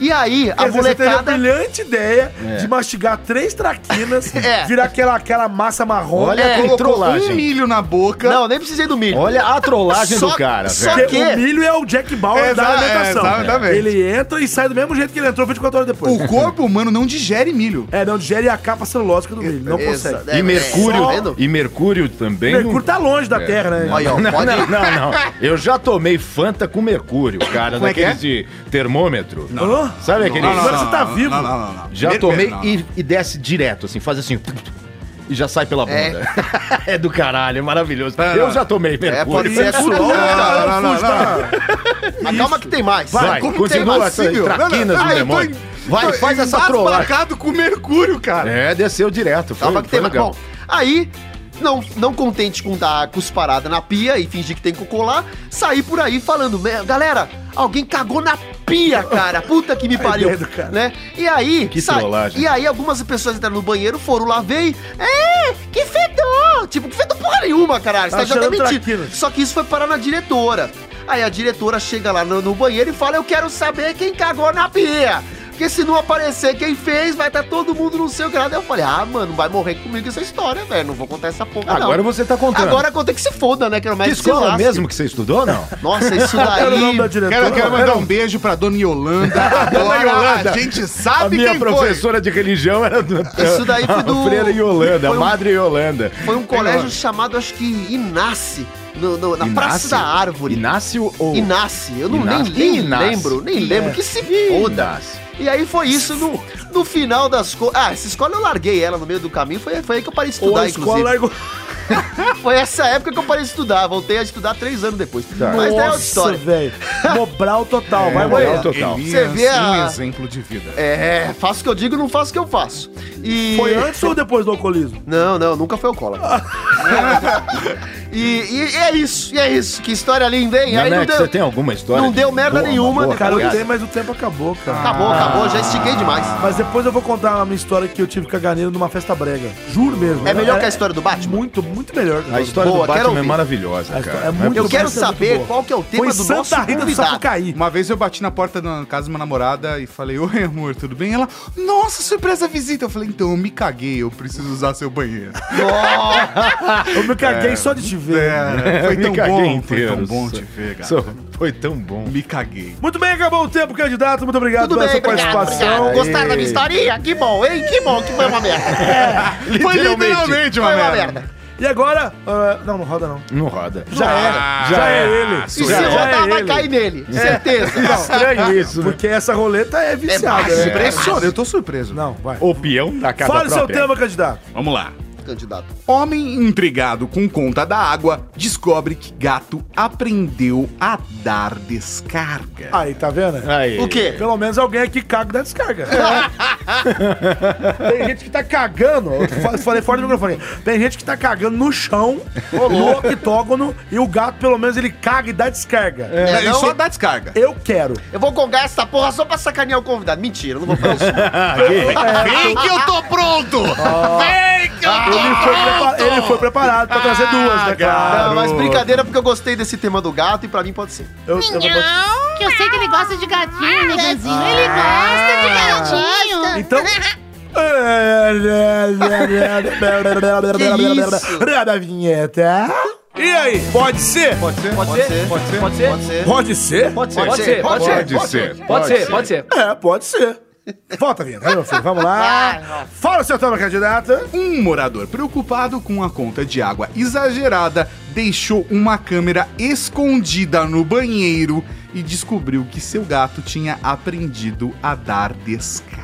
E aí, a
Quer dizer, você teve a
molecada.
brilhante ideia de mastigar três traquinas,
É.
virar aquela, aquela massa marrom.
Olha
É,
a
colocou
Um
trollagem.
milho na boca.
Não, nem precisei do milho.
Olha a trollagem
Só-
do cara,
só-
velho.
Porque
que-
o milho é o Jack Bauer
É,
da
exa- é,
alimentação.
exatamente.
Ele entra e sai do mesmo jeito que ele entrou 24 horas depois.
O corpo humano não digere milho.
É, não digere a capa celulósica do milho. Não
Essa-
consegue.
é,
E
Tá
Mercúrio,
vendo?
e Mercúrio
é.
também. não-
Mercúrio tá longe
É.
da Terra, né?
Olha, ó,
Não,
pode-
não, não, não. Eu já tomei Fanta com mercúrio, cara,
Como é que
daqueles de termômetro.
Hã?
Sabe aquele?
não, não. você tá vivo.
Não, não, não, não.
Já
Primeiro,
tomei
não.
e, e desce direto, assim, faz assim. E já sai pela bunda.
É.
É, do caralho, é maravilhoso.
Tá,
Eu
não.
já tomei mercúrio.
pode ser
Isso,
é Não,
ó, cara,
não, não,
fuja,
não,
tá?
Mas Ah, calma que tem mais.
Vai,
Como que tem
continua
mais?
essa
possível? Não, não.
traquinas
Ah,
do
eu tô
demônio.
em-
Vai,
tô
faz
tá
essa trollagem.
Embasbacado com mercúrio, cara.
É, desceu direto. Foi,
Calma que
foi
tem mais.
legal.
Bom, aí, não, não contente com dar cusparada na pia e fingir que tem cocô lá, sair por aí falando, "Me- galera, alguém cagou na pia, cara. Puta que me pariu.
ideia do cara.
Né? E aí,
É Que
sai-
trollagem.
e aí algumas pessoas entraram no banheiro, foram lá ver e. É, que fedor! Tipo, que fedor porra nenhuma, caralho.
Tá
Você tá achando até
cheirando
mentira.
traquina.
Só que isso foi parar na diretora. Aí a diretora chega lá no, no banheiro e fala: Eu quero saber quem cagou na pia. Porque se não aparecer quem fez, vai estar todo mundo no seu grado. Aí eu falei: Ah, mano, vai morrer comigo essa história, velho. Não vou contar essa porra,
Agora
não.
você tá contando.
Agora conta que se foda, né? Que era o
que
médico se
escola
lasque.
mesmo que você estudou, não?
Nossa, isso
Era o nome da
daí.
diretora.
Quero, quero mandar um beijo pra dona Yolanda. Dona
Yolanda.
A gente
A
sabe
minha
quem foi.
professora de religião era do.
Isso daí foi do-
Freira Yolanda,
foi um-
Madre Yolanda.
Foi um
Tem
colégio chamado, acho que Inácio, no- no- na
Inácio?
Praça da Árvore.
Inácio ou.
Inácio, eu não
Inácio. é
nem, nem
Inácio.
lembro, nem lembro, que se foda. E aí foi isso no, no final das coisas. Ah, essa escola eu larguei ela no meio do caminho, foi, foi aí que eu parei de
Ou
estudar,
a escola
inclusive.
largou-
é-
Foi essa época que eu parei de estudar, voltei a estudar três anos depois.
Tá.
Mas daí é outra história.
velho. Mobral total. vai,
mobral
Moreira.
total.
Você vê a-
um exemplo de vida.
É, faço o que eu digo, não faço o que eu faço. E...
Foi antes ou depois do alcoolismo?
Não, não, nunca foi alcoólatra. e, e- e é isso, e é isso. Que história linda, hein? aí não
Nanex, você
deu...
tem alguma história?
não deu merda nenhuma,
boa,
cara, Tá.
Cara, eu
Obrigado.
tenho, mas o tempo acabou, cara.
Acabou, acabou, já estiquei demais.
Mas depois eu vou contar a minha história que eu tive caganeiro numa festa brega. Juro mesmo.
É melhor que a
Era-
história do Batman?
Muito, muito melhor.
A história
Boa,
do
quero
Batman é
ouvir.
maravilhosa,
A história
cara.
é muito-
Eu quero
Essa é muito
saber
boa.
qual que é o tema
Foi
do nosso
Santa Rita do
convidado.
Sapucaí.
Uma vez eu bati na porta da casa de uma namorada e falei, oi amor, tudo bem? Ela, nossa, surpresa visita. Eu falei, então eu me caguei, eu preciso usar seu banheiro.
Eu me caguei só de te ver.
É,
Eu
foi
me
tão
caguei
bom, foi
inteiro.
tão bom te ver, cara.
Só- Foi tão bom.
Me caguei.
Muito bem, acabou o tempo, candidato. Muito obrigado
Tudo
pela
bem,
sua
obrigado,
participação.
obrigado. Gostaram da minha historinha? Que bom, hein? Que bom que foi uma merda.
Foi literalmente uma
Foi uma
merda.
merda.
E agora. ah, não, não roda, não.
Não roda.
Já
Ah,
era. Já é ele.
E se
Já
rodar,
é
vai
ele.
cair nele. Certeza.
Estranho isso, né?
Porque essa roleta é viciada.
baixo,
né?
né?
Impressionante, eu tô surpreso.
Não, vai.
O peão da casa
Fala o seu
própria.
tema, candidato.
Vamos lá.
Candidato.
Homem intrigado com conta da água descobre que gato aprendeu a dar descarga.
Ah,
Aí, tá vendo?
Aí.
O quê?
Pelo menos alguém aqui caga da descarga. Tem gente que tá cagando. Eu fa- falei fora do microfone. Tem gente que tá cagando no chão, no octógono, e o gato, pelo menos, ele caga e dá descarga.
Não,
é,
ele
não?
só dá é descarga.
Eu quero.
Eu vou gongar essa porra só pra sacanear o convidado. Mentira, eu não vou fazer isso.
Vem que eu tô pronto! Vem que eu tô
Ele foi, prepa- ele foi preparado pra trazer duas, né, cara?
Não, mas brincadeira, porque eu gostei desse tema do gato e pra mim pode ser.
Eu, eu vou-
Que eu sei que ele gosta de Ah, gatinho, neganzinho. Ele gosta de gatinho.
Então. da vinheta. E aí, pode ser?
Pode ser? Pode ser? Pode ser? Pode ser? Pode ser?
Pode ser?
Pode ser, pode ser, pode ser.
Pode ser.
Pode ser, pode ser.
É, pode ser. Volta a vinheta, meu filho. Vamos lá. Fala o seu tema, candidata.
Um morador preocupado com a conta de água exagerada deixou uma câmera escondida no banheiro e descobriu que seu gato tinha aprendido a dar descarga.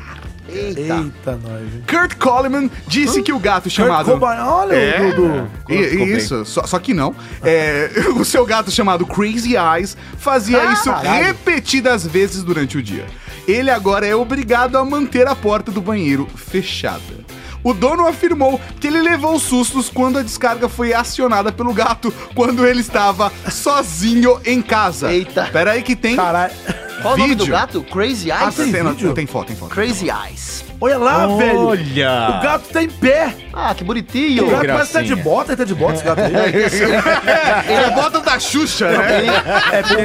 Eita, nós. hein?
Kurt Coleman disse que o gato chamado.
Kurt Cobain, Olha o Dudu.
E- e isso, só, só que não. É, o seu gato chamado Crazy Eyes fazia isso repetidas vezes durante o dia. Ele agora é obrigado a manter a porta do banheiro fechada. O dono afirmou que ele levou sustos quando a descarga foi acionada pelo gato quando ele estava sozinho em casa.
Eita.
Pera aí que tem.
Caralho.
Qual o nome do
Vídeo.
gato? Crazy Eyes?
Ah, tem, não,
vídeo?
tem foto, tem foto.
Crazy Eyes.
Olha lá, velho.
Olha!
O gato tá em pé.
Ah, que
O
bonitinho.
gato
gracinha.
parece que tá de bota, ele tá de bota esse gato aí.
Ele é bota da Xuxa, né?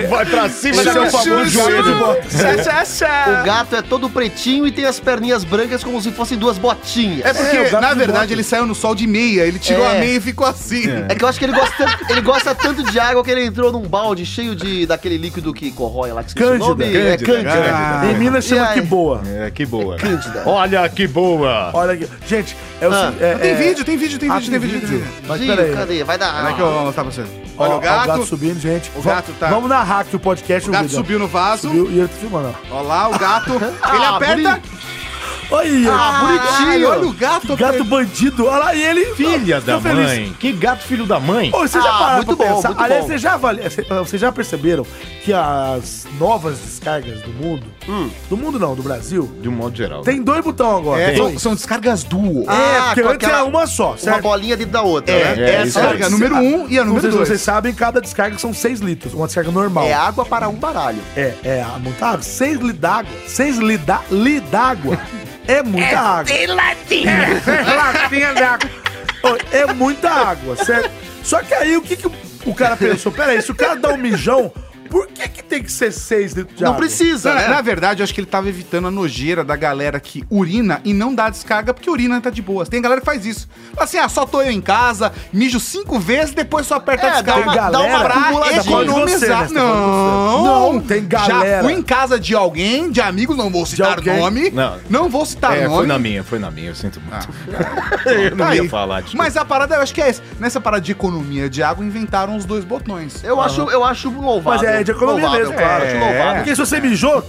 Vai pra cima
Esse é o
da
famoso joelho de bota.
O gato é todo pretinho e tem as perninhas brancas como se fossem duas botinhas.
É porque,
É, o gato
na
de
verdade,
bota.
ele saiu no sol de meia, ele tirou
É.
a meia e ficou assim.
É que eu acho que ele gosta, tanto- ele gosta tanto de água que ele entrou num balde cheio de daquele líquido que corrói lá, que esqueci
Cândida.
o nome. é
Cândida,
Cândida.
Cândida.
Ah,
Em Minas
E
chama
aí?
que boa.
É, que boa.
Cândida.
Olha que boa!
Olha aqui. Gente, é o
Ah,
seguinte, é-
tem
é-
vídeo, tem vídeo, tem
Ah,
vídeo, tem vídeo. tem vídeo.
Mas
Gil,
peraí.
cadê? Vai dar.
Peraí que eu vou mostrar pra você. Olha
Ó, ó,
o gato. O gato,
subindo, gente.
O gato tá-
Vamos narrar aqui o podcast. O Vidal.
subiu no vaso.
né? Subiu e ele tá filmando. ó.
Olha lá, o gato. ele
Ah,
aperta.
Olha,
Ah,
bonitinho.
Olha o gato.
gato bandido. Olha lá, e ele...
Filha
Ficou
da mãe! Que gato filho da mãe!
Ô, você já
Ah,
pararam
muito
pra
bom,
pensar?
muito
Aliás,
bom.
vocês já, avali... ah, vocês já perceberam que as novas descargas do mundo...
Hum.
Do mundo não, do Brasil...
De um modo geral.
Tem dois botões agora.
É,
Tem.
são, são descargas duo.
É,
Ah,
porque
com
antes
aquela-
era uma só,
Uma
certo?
bolinha dentro da outra, né?
é, isso aí.
descarga número um e a
Como
número
vocês, vocês
dois.
sabem, cada descarga são 6 litros. Uma descarga normal.
É água para um baralho.
É, é a muita água. Seis litros d'água. Seis litros d'á- litros d'água. É muita água.
Tem latinha.
Latinha de água. Ô, É muita água, certo? Só que aí o que, que o cara pensou? Pera aí, se o cara dá um mijão, por que, que tem que ser seis litros de
Não
água?
precisa,
Não,
né?
Na verdade, eu acho que ele tava evitando a nojeira da galera que urina e não dá descarga, porque urina tá de boas. Tem galera que faz isso. Fala assim, ah, só tô eu em casa, mijo cinco vezes, depois só aperta
É,
a
dá
descarga.
uma- dá uma acumuladinha.
pra economizar.
Você, né? Você tá falando
não,
de você. Não, tem galera.
Já fui em casa de alguém, de amigos, não vou citar
alguém.
nome.
Não.
Não, vou citar
É, foi
nome.
na minha, foi na minha, eu sinto muito. Ah. eu não
Tá
ia
aí.
falar, desculpa.
Mas a parada, eu acho que é essa. Nessa parada de economia de água, inventaram os dois botões.
Eu acho, eu acho louvável.
Mas é de economia
Louvável,
mesmo, É.
claro.
claro.
Acho louvável.
Porque se você mijou,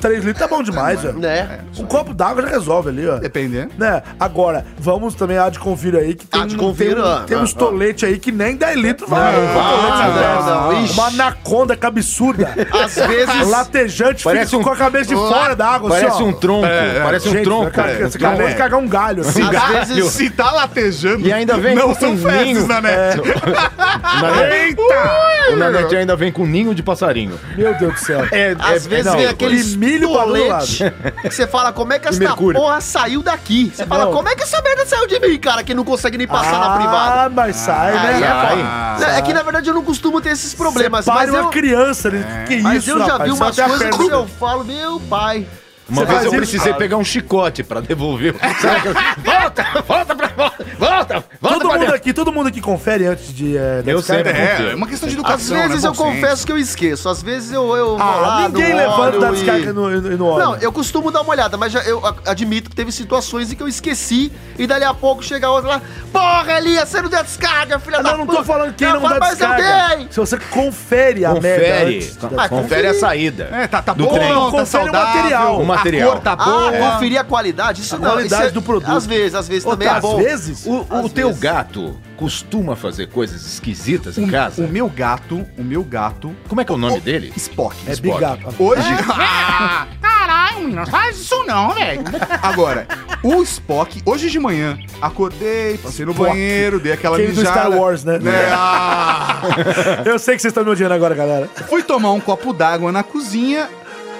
três litros tá bom demais, velho.
Né?
Um copo d'água já resolve ali, ó.
Dependendo.
Né? Agora, vamos também há de convir aí que tem,
Há de
um-
convir,
tem, um-
ah,
tem uns
ah,
toletes aí que nem 10 litros vai.
Não,
Um
vai,
tolete,
não,
velho.
não,
Uma anaconda cabeçuda.
Às vezes.
Latejante
Parece
fica
um-
com a cabeça de fora da água,
Parece
ó.
um tronco, parece um
Gente,
tronco.
cara,
cara. é
Você acabou de cagar um galho, assim.
Às
Tá-
vezes-
se tá latejando,
E ainda vem
não
com um
são
pinguinho.
fezes na net.
O Nanete-
Eita!
O Nanete ainda vem com um ninho de passarinho.
Meu Deus do céu.
É,
Às vezes vem aquele
e milho pra todo
tolete que você fala, como é que essa
mercúrio.
porra saiu daqui? Você fala,
Não.
como é que essa merda saiu de mim, cara, que não consegue nem passar na privada?
Ah, mas sai,
Aí
né?
é
sai.
Ah,
foda. É que na verdade eu não costumo ter esses problemas,
Separa
mas
uma
eu, É.
criança, né? Que isso,
mas eu já
rapaz,
vi umas
até a
coisas
perna-
que eu falo, meu pai.
Uma
Você
vez
faz
eu
isso,
precisei
cara?
pegar um chicote pra devolver. Sabe aquela- volta, volta pra volta, volta, volta
Todo
pra
mundo
dentro.
aqui, todo mundo aqui confere antes de... É,
Eu
descarga.
sempre.
É, é uma questão de
Às
educação.
vezes
né?
eu
Bom senso.
confesso que eu esqueço, às vezes eu, eu vou
Ah,
lá,
ninguém
não
levanta
olho
da
e-
descarga e... no, no, no óleo.
Não, eu costumo dar uma olhada, mas já, eu a- admito que teve situações em que eu esqueci e dali a pouco chega outra lá, porra, Elias, você não deu descarga, filha
Ah,
da
não, não tô falando quem
Eu
não,
falo,
dá
mas é eu dei.
descarga. Se você confere a merda né?
Confere,
antes... da-
Ah,
confere, a saída.
É, tá, tá
Do
bom,
trem.
tá
Confere o material.
saudável.
O material.
A cor tá
Ah,
boa.
conferir a qualidade, isso
A
não.
qualidade
isso é-
do produto.
Às vezes, às vezes também
Outra,
é bom.
Às vezes...
O, o
Às
teu
vezes.
gato costuma fazer coisas esquisitas em
O-
casa?
O meu gato, o meu gato,
Como é que é o nome dele?
Spock.
É
Spock.
bigato.
Hoje,
Caralho, menino, não faz isso não, velho.
agora, o Spock, hoje de manhã, acordei, passei no
Spock.
banheiro, dei aquela
Aquele do Star
mijada.
Wars, né?
Né? Ah,
Eu sei que vocês estão me odiando agora, galera.
Fui tomar um copo d'água na cozinha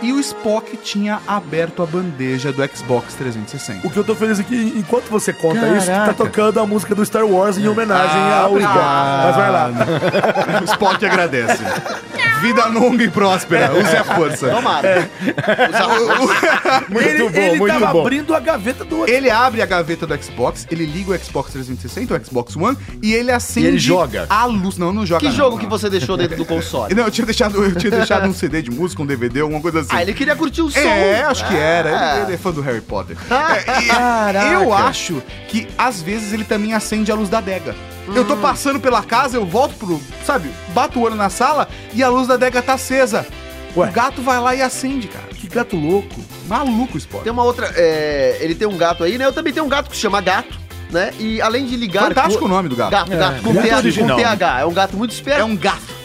e o Spock tinha aberto a bandeja do Xbox 360.
O que eu tô feliz aqui, enquanto você conta isso, tá tocando a música do Star Wars em homenagem
Ah,
ao Igor.
obrigado.
Mas vai lá.
O Spock agradece. Vida longa e próspera. Use a força.
Tomara.
É.
Muito
ele ele tava abrindo a gaveta do
Ele abre a gaveta do Xbox, ele liga o Xbox 360, o Xbox One, e ele acende
E ele joga.
a luz. Não, não joga.
Que
não,
jogo
não.
que você deixou dentro do console?
Não, eu tinha, deixado, eu tinha deixado um CD de música, um DVD, alguma coisa assim.
Ah, ele queria curtir o som.
É, acho que era.
Ah.
Ele, ele é fã do Harry Potter. É, e- eu acho que às vezes ele também acende a luz da adega. Eu
Hum.
tô passando pela casa, eu volto pro. Sabe, bato o olho na sala e a luz da adega tá acesa.
Ué.
O gato vai lá e acende, cara.
Que gato louco.
Maluco o Spock.
Tem uma outra. é, ele tem um gato aí, né? Eu também tenho um gato que se chama Gato, né? E além de ligar.
Fantástico o nome do gato.
Gato, gato, com,
É. gato
TH, com
original.
TH. É um gato muito esperto.
É um gato.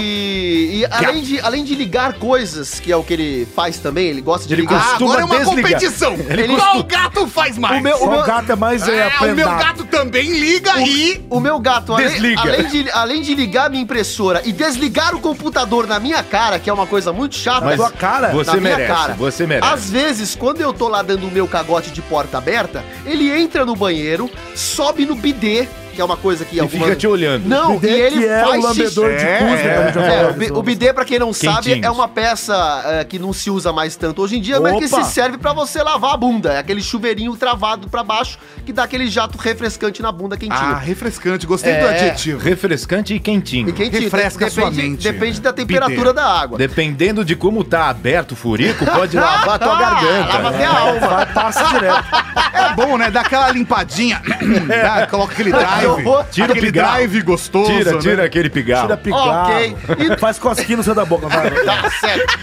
E, e além, de, além de ligar coisas, que é o que ele faz também, ele gosta de
Ele
ligar.
costuma
Agora é uma
desligar.
competição.
Ele
Qual
costuma-
gato faz mais?
O meu, gato é mais é,
Ah, o meu
prendado.
gato também liga e. O meu gato, além,
Desliga.
Além, de, além de ligar minha impressora e desligar o computador na minha cara, que é uma coisa muito chata.
Mas
Na
você
minha
merece, você merece.
Às vezes, quando eu tô lá dando o meu cagote de porta aberta, ele entra no banheiro, sobe no bidê. Que é uma coisa que alguma-
fica te olhando.
Não,
Bidê
e ele
que é o
faz
lambedor de
xixi.
pus, né, como já
É,
falamos,
o bi- o
vamos.
bidê, pra quem não sabe, é
Quentinhos.
uma peça eh, que não se usa mais tanto hoje em dia, mas que
Opa!
se serve pra você lavar a bunda. É aquele chuveirinho travado pra baixo que dá aquele jato refrescante na bunda quentinho.
Ah, refrescante. Gostei do
É,
adjetivo.
refrescante e quentinho.
e quentinho,
refresca a sua
depende,
mente.
depende da
Bidê.
temperatura da água.
Dependendo de como tá aberto o furico, pode lavar a tua
Ah, Lava
garganta.
até a alma.
Vai, passa direto.
É bom, né? Dá aquela limpadinha. Dá, coloca aquele drive.
Tira o
aquele
pigarro.
drive gostoso.
Tira,
né?
tira aquele pigarro.
Tira pigarro.
Ok. E-
Faz cosquinha no céu da boca, vai.
Tá certo.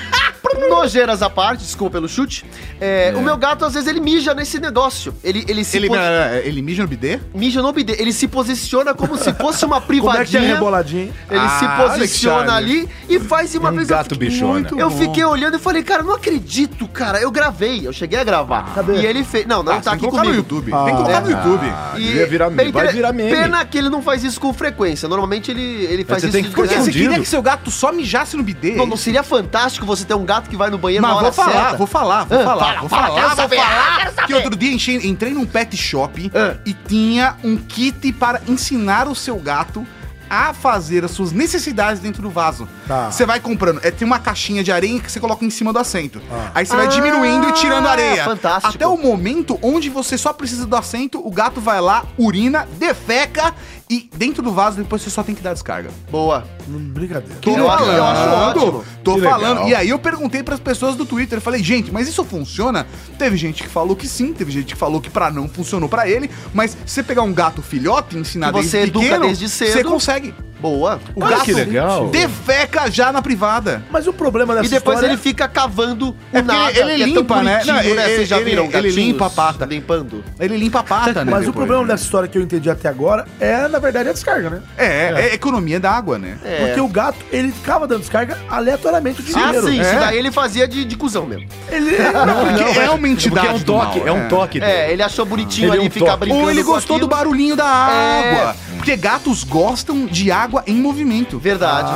Nojeiras à parte, desculpa pelo chute. é, O meu gato, às vezes, ele mija nesse negócio. Ele, ele se
Ele, é.
posi-
ele mija no bidê?
mija no bidê. Ele se posiciona como se fosse uma
Como é que é
privadinha.
reboladinho?
Ele
Ah,
se posiciona
olha que
ali e faz e uma
Um
vez
gato
eu fiquei,
bichona.
muito eu
bom.
fiquei olhando e falei, cara, não acredito, cara. Eu gravei, eu cheguei a gravar.
Cadê?
E ele fez. Não, não
Ah,
tá
tem
aqui
que colocar no
comigo.
YouTube.
Ah.
Tem que colocar no
É.
YouTube.
Ah, devia virar meme. Vai
pena-
virar meme.
Pena que ele não faz isso com frequência. Normalmente ele, ele faz
você
isso
tem que
de- É,
ficar
Porque você
escondido.
queria que seu gato só mijasse no bidê?
Não, não seria fantástico você ter um gato que vai no banheiro
Mas
na hora
vou falar,
certa?
vou falar, vou
Ah,
falar,
fala,
vou
fala,
falar.
quero
vou
saber,
falar que outro dia enchei- entrei num pet shop
Ah.
e tinha um kit para ensinar o seu gato a fazer as suas necessidades dentro do vaso.
Tá.
Você vai comprando, é, tem uma caixinha de areia que você coloca em cima do assento. Aí você vai
Ah,
diminuindo e tirando a areia.
fantástico.
Até o momento onde você só precisa do assento, o gato vai lá, urina, defeca e dentro do vaso depois você só tem que dar descarga.
Boa.
Hum, Brincadeira.
Que eu acho- eu acho
Ah,
ótimo.
Tô
Que legal.
falando. E aí eu perguntei pras pessoas do Twitter, eu falei, gente, mas isso funciona? Teve gente que falou que sim, teve gente que falou que pra não funcionou pra ele, mas se você pegar um gato filhote e ensinar
Que você educa desde cedo.
você consegue.
Boa.
O
Olha
gato
Ah, que legal.
defeca já na privada.
Mas o problema dessa
E depois
história
ele fica cavando o
É porque
nada. que
ele
é tão
limpa, né?
bonitinho,
Não, ele-
Vocês já
ele-
viram
ele limpa a pata.
Limpando.
Ele limpa a pata, né?
Mas o
depois.
problema dessa história que eu entendi até agora é, na verdade, a descarga, né?
É, é economia da água, né?
É.
Porque o gato, ele ficava dando descarga aleatoriamente o dia
Ah,
inteiro.
sim,
É?
isso daí ele fazia de, de cuzão mesmo.
Ele, não,
Porque é uma
Porque
entidade
é um
do
toque,
mal,
é um toque.
É, ele achou bonitinho
Ele é
ali
um
ficar
top.
brincando.
Ou ele
com
gostou do
aquilo.
barulhinho da
É.
água. Porque gatos gostam de água em movimento.
Verdade.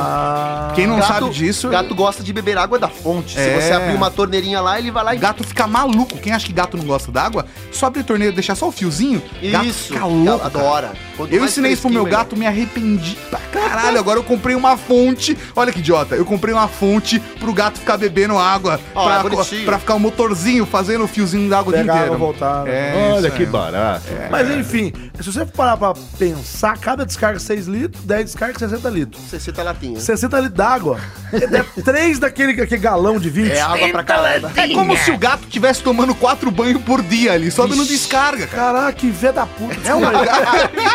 Quem não
Ah. Gato-
sabe disso.
Gato gosta de beber água da fonte.
É.
Se você abrir uma torneirinha lá, ele vai lá e.
Gato fica maluco. Quem acha que gato não gosta d'água, só abre a torneira e deixar só o fiozinho. Gato
Isso.
fica louco. cara.
Adora. Quanto
Eu
mais
ensinei isso pro
fresquinho,
meu
melhor.
gato, me arrependi pra caralho. Agora eu comprei uma fonte. Olha que idiota. Eu comprei uma fonte pro gato ficar bebendo água.
Ó, é
pra,
bonitinho.
pra ficar um motorzinho fazendo o fiozinho d'água o dia
Pegar água,
inteiro.
voltar.
É,
Olha
isso
que
aí.
barato.
Mas enfim, se você parar pra pensar, cada descarga 6 litros, 10 descargas 60 litros.
60 latinhas.
60 litros d'água. É 3 daquele aquele galão de 20.
É água pra caramba.
É como se o gato tivesse tomando quatro banhos por dia ali, só dando descarga, cara.
Caraca, que vê da puta.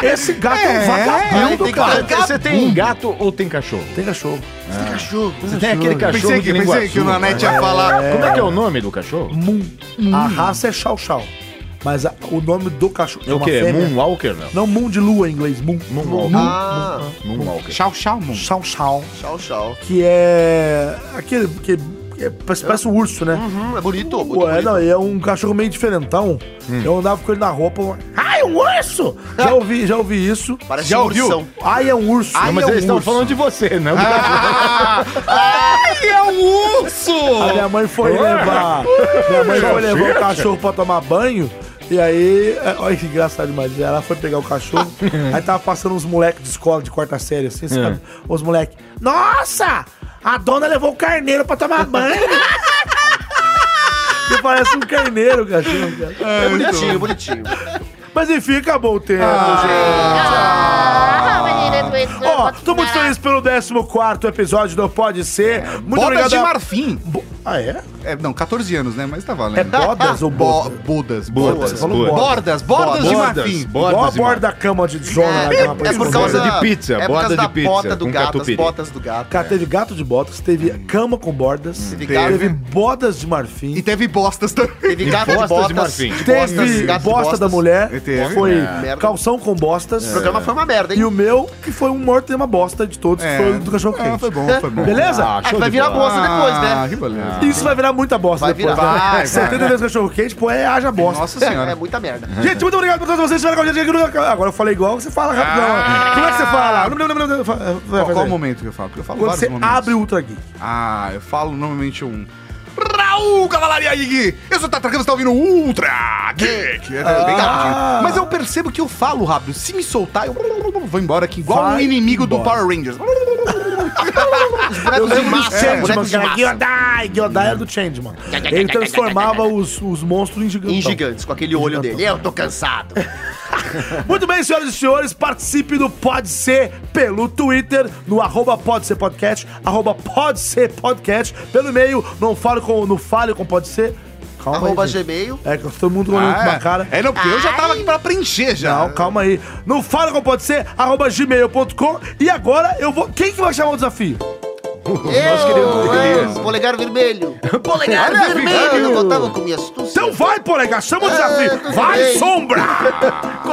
Esse gato é, um
Aí tem
vagabundo,
que-
cara.
Você tem
Um gato ou tem cachorro?
Tem cachorro.
Tem cachorro.
Você tem aquele cachorro
Pensei que,
de língua
pensei que o
azul,
Nanete
né?
ia falar.
Como é que é o nome do cachorro?
Moon. A raça é Chau Chau. Mas a- o nome do cachorro.
É o
uma
quê?
fêmea.
Moonwalker, não?
Não, Moon de lua em inglês. Moon.
Moonwalker.
é
Ah,
Moonwalker.
Tchau, tchau, mundo.
Chau Chau.
tchau, tchau.
Que é. Aquele. Que, que é- parece, parece um urso, né?
Hum, é bonito, muito
Ué,
bonito. Hum.
não, e é um cachorro meio diferentão. Eu andava com ele na roupa. eu- Ai, um urso! já ouvi, já ouvi isso.
Parece
Já
um
ouviu?
ursão.
Ai, é um urso.
Não, mas
é um
eles estão
urso.
falando de você, não do cachorro.
Ai, é um urso!
A minha mãe foi levar. Minha mãe foi levar o cachorro pra tomar banho. E aí, é, olha que engraçado demais. Ela foi pegar o cachorro, aí tava passando uns moleques de escola, de quarta série, assim,
É.
sabe? Os moleques. Nossa! A dona levou o carneiro pra tomar banho! E parece um carneiro o cachorro, cara.
um
É
então.
bonitinho, bonitinho.
Mas enfim, acabou o tempo,
Ah, menina
gente. Ó, tô muito feliz pelo 14 episódio do Pode Ser. Muito
É.
Bodas
obrigado.
de
a-
marfim.
Bo- Ah, é?
É, não, 14 anos, né? Mas tá valendo.
É bodas ou
Bo-
bodas?
Bodas,
Budas. Bodas.
bodas.
Bordas. Bordas de marfim.
Igual a
Bordas de
borda da
marfim.
cama de zona. né, que uma
É, é
coisa
por
escondida.
causa
Borda de pizza,
é por
borda
causa da
de pizza,
bota do
com
gato, as
catupiry.
botas do gato.
Cara, teve gato de botas, teve cama com bordas,
Teve
teve,
gato.
bodas de marfim,
E teve bostas também.
Teve gato de
bostas
botas.
de marfim.
de
teve
bostas, gato de
bosta
bostas.
da mulher,
ETF,
foi
Merda.
calção com bostas.
É. O programa foi uma merda, hein?
E o meu, que foi um morto e uma bosta de todos, que
É.
foi o do cachorro quente.
Ah, foi bom, foi bom.
Beleza?
Ah,
Ah,
show
vai
de
virar
bola.
bosta depois,
Ah,
né?
que beleza.
Isso vai virar muita bosta
Vai
depois.
virar.
né?
Vai, vai.
70 vezes cachorro quente, pô, é haja bosta.
Nossa
É,
senhora.
é muita merda.
Gente, muito obrigado por todos vocês que estiveram com a gente aqui no... Agora eu falei igual, você fala rapidão. Como é que você fala? Não, não, não, não, não, fa- eh, vai
Qual,
fazer.
qual o momento que eu falo? Porque eu falo
Quando
vários
você
momentos.
abre o Ultra Geek.
Ah, eu falo normalmente um... Raul Cavalaria Geek! Eu sou o Tatarcano, você tá ouvindo o Ultra Geek! É bem
Ah.
rapidinho. Mas eu percebo que eu falo rápido. Se me soltar, eu vou embora aqui, igual
Vai
um inimigo do
embora.
Power Rangers.
Eu lembro do
massa, boneco
Changeman,
de
cara.
massa.
Gyodai, Gyodai era é do Changeman. Ele transformava os, os monstros em gigantão.
Em gigantes, com aquele olho dele. Eu tô cansado.
Muito bem, senhoras e senhores, participe do Pode Ser pelo Twitter, no arroba Pode Ser Podcast, arroba Pode Ser Podcast, pelo e-mail, não fale com, não fale com Pode Ser, calma
Arroba
aí. gente.
Gmail. Ah,
É que todo mundo olhando com uma cara.
É, não, porque eu já tava aqui pra preencher já.
É.
Não, calma aí. Não fala como pode ser, arroba gmail.com. E agora eu vou. Quem que vai chamar o desafio?
Eu,
queremos- queremos.
eu, polegar vermelho. Polegar
Olha,
vermelho. Eu não contava com minha astúcia.
Então vai, polegar, chama o desafio.
É, tudo
Vai,
bem.
sombra!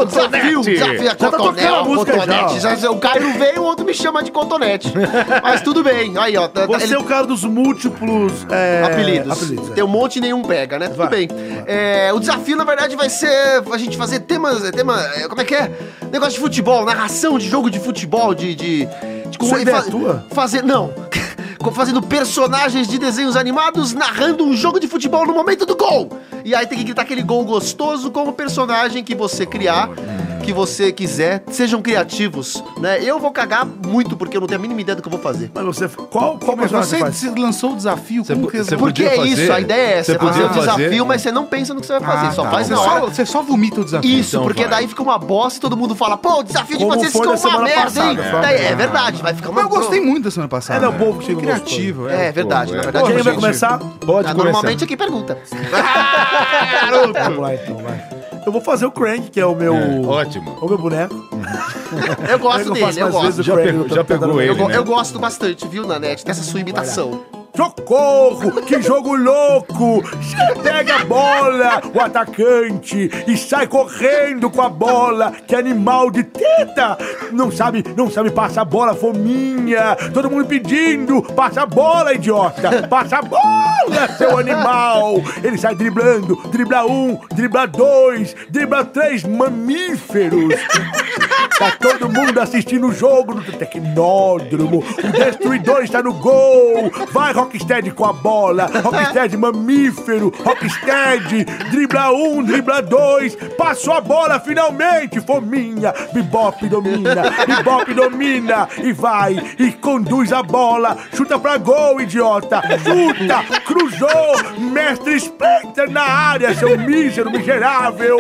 Desafio, desafio a
tá tocando
cotonel,
a música
cotonete. Já. o Cairo veio, o outro me chama de cotonete. Mas tudo bem. Aí, ó. tá- tá-
Você
ele-
é o cara dos múltiplos é,
apelidos.
é.
Tem um monte e nenhum pega, né?
Vai.
Tudo bem. É, o desafio, na verdade, vai ser a gente fazer temas. é, Tema, é, como é que é? Negócio de futebol, narração de jogo de futebol, de. de, de
Isso
e
ainda é tua?
Fazer. Não. Co- Fazendo personagens de desenhos animados narrando um jogo de futebol no momento do gol. E aí tem que gritar aquele gol gostoso com o personagem que você criar, que você quiser. Sejam criativos, né? Eu vou cagar muito porque eu não tenho a mínima ideia do que eu vou fazer.
Mas você. Qual, qual
Mas
personagem
você,
você faz?
você lançou o desafio
Você
com
po-
que...
você
Porque
podia
é isso,
fazer-
a ideia é essa.
você
Você
podia
fazer um
fazer-
desafio, mas você não pensa no que você vai fazer, Tipo
Ah,
assim, só
tá. é
faz
você
na
só,
hora.
você só vomita o desafio.
Isso,
Então
porque
vai.
daí fica uma bosta e todo mundo fala, pô, o desafio de
Como
vocês
foi
ficou
da
uma
semana
merda, hein?
passada, foi.
Daí, é verdade, vai ficar uma
Mas eu gostei
bronca.
muito da semana passada.
É, não, o povo que
Foi
não
criativo,
É, verdade,
Pô,
na
é.
verdade.
Quem vai
gente-
começar? Tá.
Pode
Ah,
começar.
normalmente é quem pergunta.
Vamos lá então, vai. Eu vou fazer o Crank, que é o meu.
É, ótimo.
O meu boneco.
Eu
É que
gosto
eu
dele,
faço
eu
mais vezes
gosto.
o
Já
Crank,
pegou-
eu tô
já
tentando-
pegou
Eu,
ele.
go-
né?
eu gosto bastante, viu, Nanete, dessa sua imitação.
Socorro! Que jogo louco! Pega a bola, o atacante, e sai correndo com a bola. Que animal de teta! Não sabe, não sabe passar a bola, fominha. Todo mundo pedindo, passa a bola, idiota! Passa a bola, seu animal! Ele sai driblando, dribla um, dribla dois, dribla três mamíferos. Tá todo mundo assistindo o jogo no tecnódromo. O destruidor está no gol. Vai, Rockstead com a bola. Rockstead mamífero. Rockstead. Dribla um, dribla dois. Passou a bola finalmente. Fominha. Bebop domina. Bebop domina. E vai. E conduz a bola. Chuta pra gol, idiota. Chuta. Cruzou. Mestre Splinter na área, seu mísero, miserável.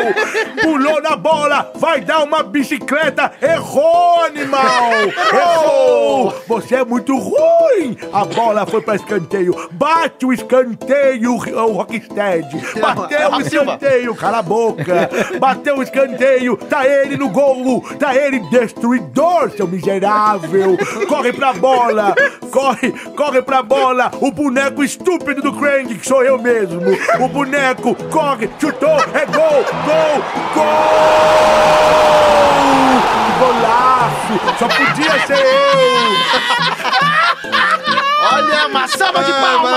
Pulou na bola. Vai dar uma bicicleta. Errou, animal. Errou. Você é muito ruim. A bola foi pra escanteio. Bate o escanteio, o Rockstead. Bateu o
Rafa Silva.
escanteio. Cala a boca. Bateu o escanteio. Tá ele no gol. Tá ele destruidor, seu miserável. Corre pra bola. Corre, corre pra bola. O boneco estúpido do Krang, que sou eu mesmo. O boneco corre, chutou, é gol, gol, gol! Golaço! Só podia ser eu!
Olha, uma salva de palmas!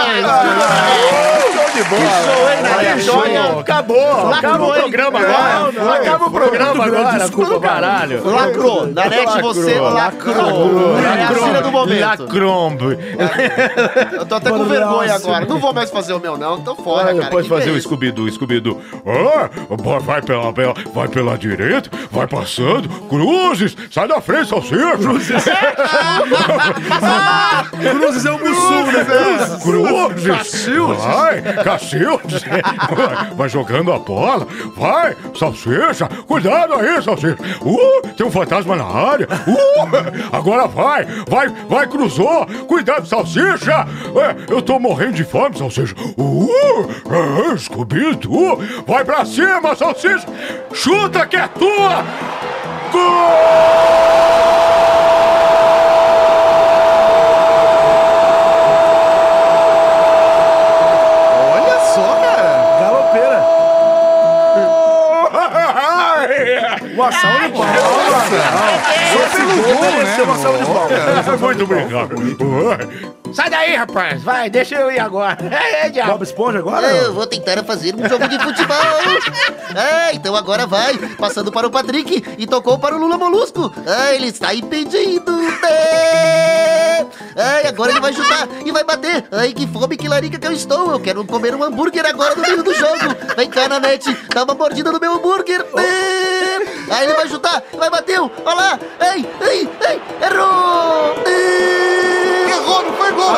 Olha,
joia.
show. Acabou. Acabou o
hein?
programa agora. Acaba o programa agora. Ficou do caralho.
Lacrou, Nanete, você lacrou. É a cena do momento.
Lacrombe.
Eu tô até com
Maravilhoso.
vergonha agora. Não vou mais fazer o meu, não. Tô fora,
Olha,
cara.
Ah, pode
que que
fazer
é
o
isso?
Scooby-Doo, Scooby-Doo. Ah, bo- vai pela, pela, vai pela direita, vai passando, cruzes, sai da frente, salsicha. Cruzes.
Cruzes é o Mussum, né?
Cruzes. Vai, Cacete! Vai jogando a bola, vai, salsicha! Cuidado aí, salsicha! Uh, tem um fantasma na área! Uh, agora vai, vai, vai, cruzou! Cuidado, salsicha! É, eu tô morrendo de fome, salsicha! Uh, é, Scooby, tu! Vai pra cima, salsicha! Chuta que é tua! Gol!
Olha só, cara!
Galopeira!
Uma salva de
Só
palmas!
pelo gol,
né,
né,
mereceu uma salva de
É,
palmas.
Muito obrigado! Ué,
Sai daí, rapaz. Vai, deixa eu ir agora. É, é, diabo.
Bob Esponja agora?
É, Eu vou tentar fazer um jogo de futebol. Ah, então agora vai. Passando para o Patrick e tocou para o Lula Molusco. Ah, ele está impedido. Ai, É, agora ele vai chutar e vai bater. Ai, que fome, que larica que eu estou. Eu quero comer um hambúrguer agora no meio do jogo. Vem cá, Nanete, dá uma mordida no meu hambúrguer. Ah, Aí ele vai chutar, vai bater. Olha lá. Ei, ei, ei, errou. Ah.
Errou, não foi gol!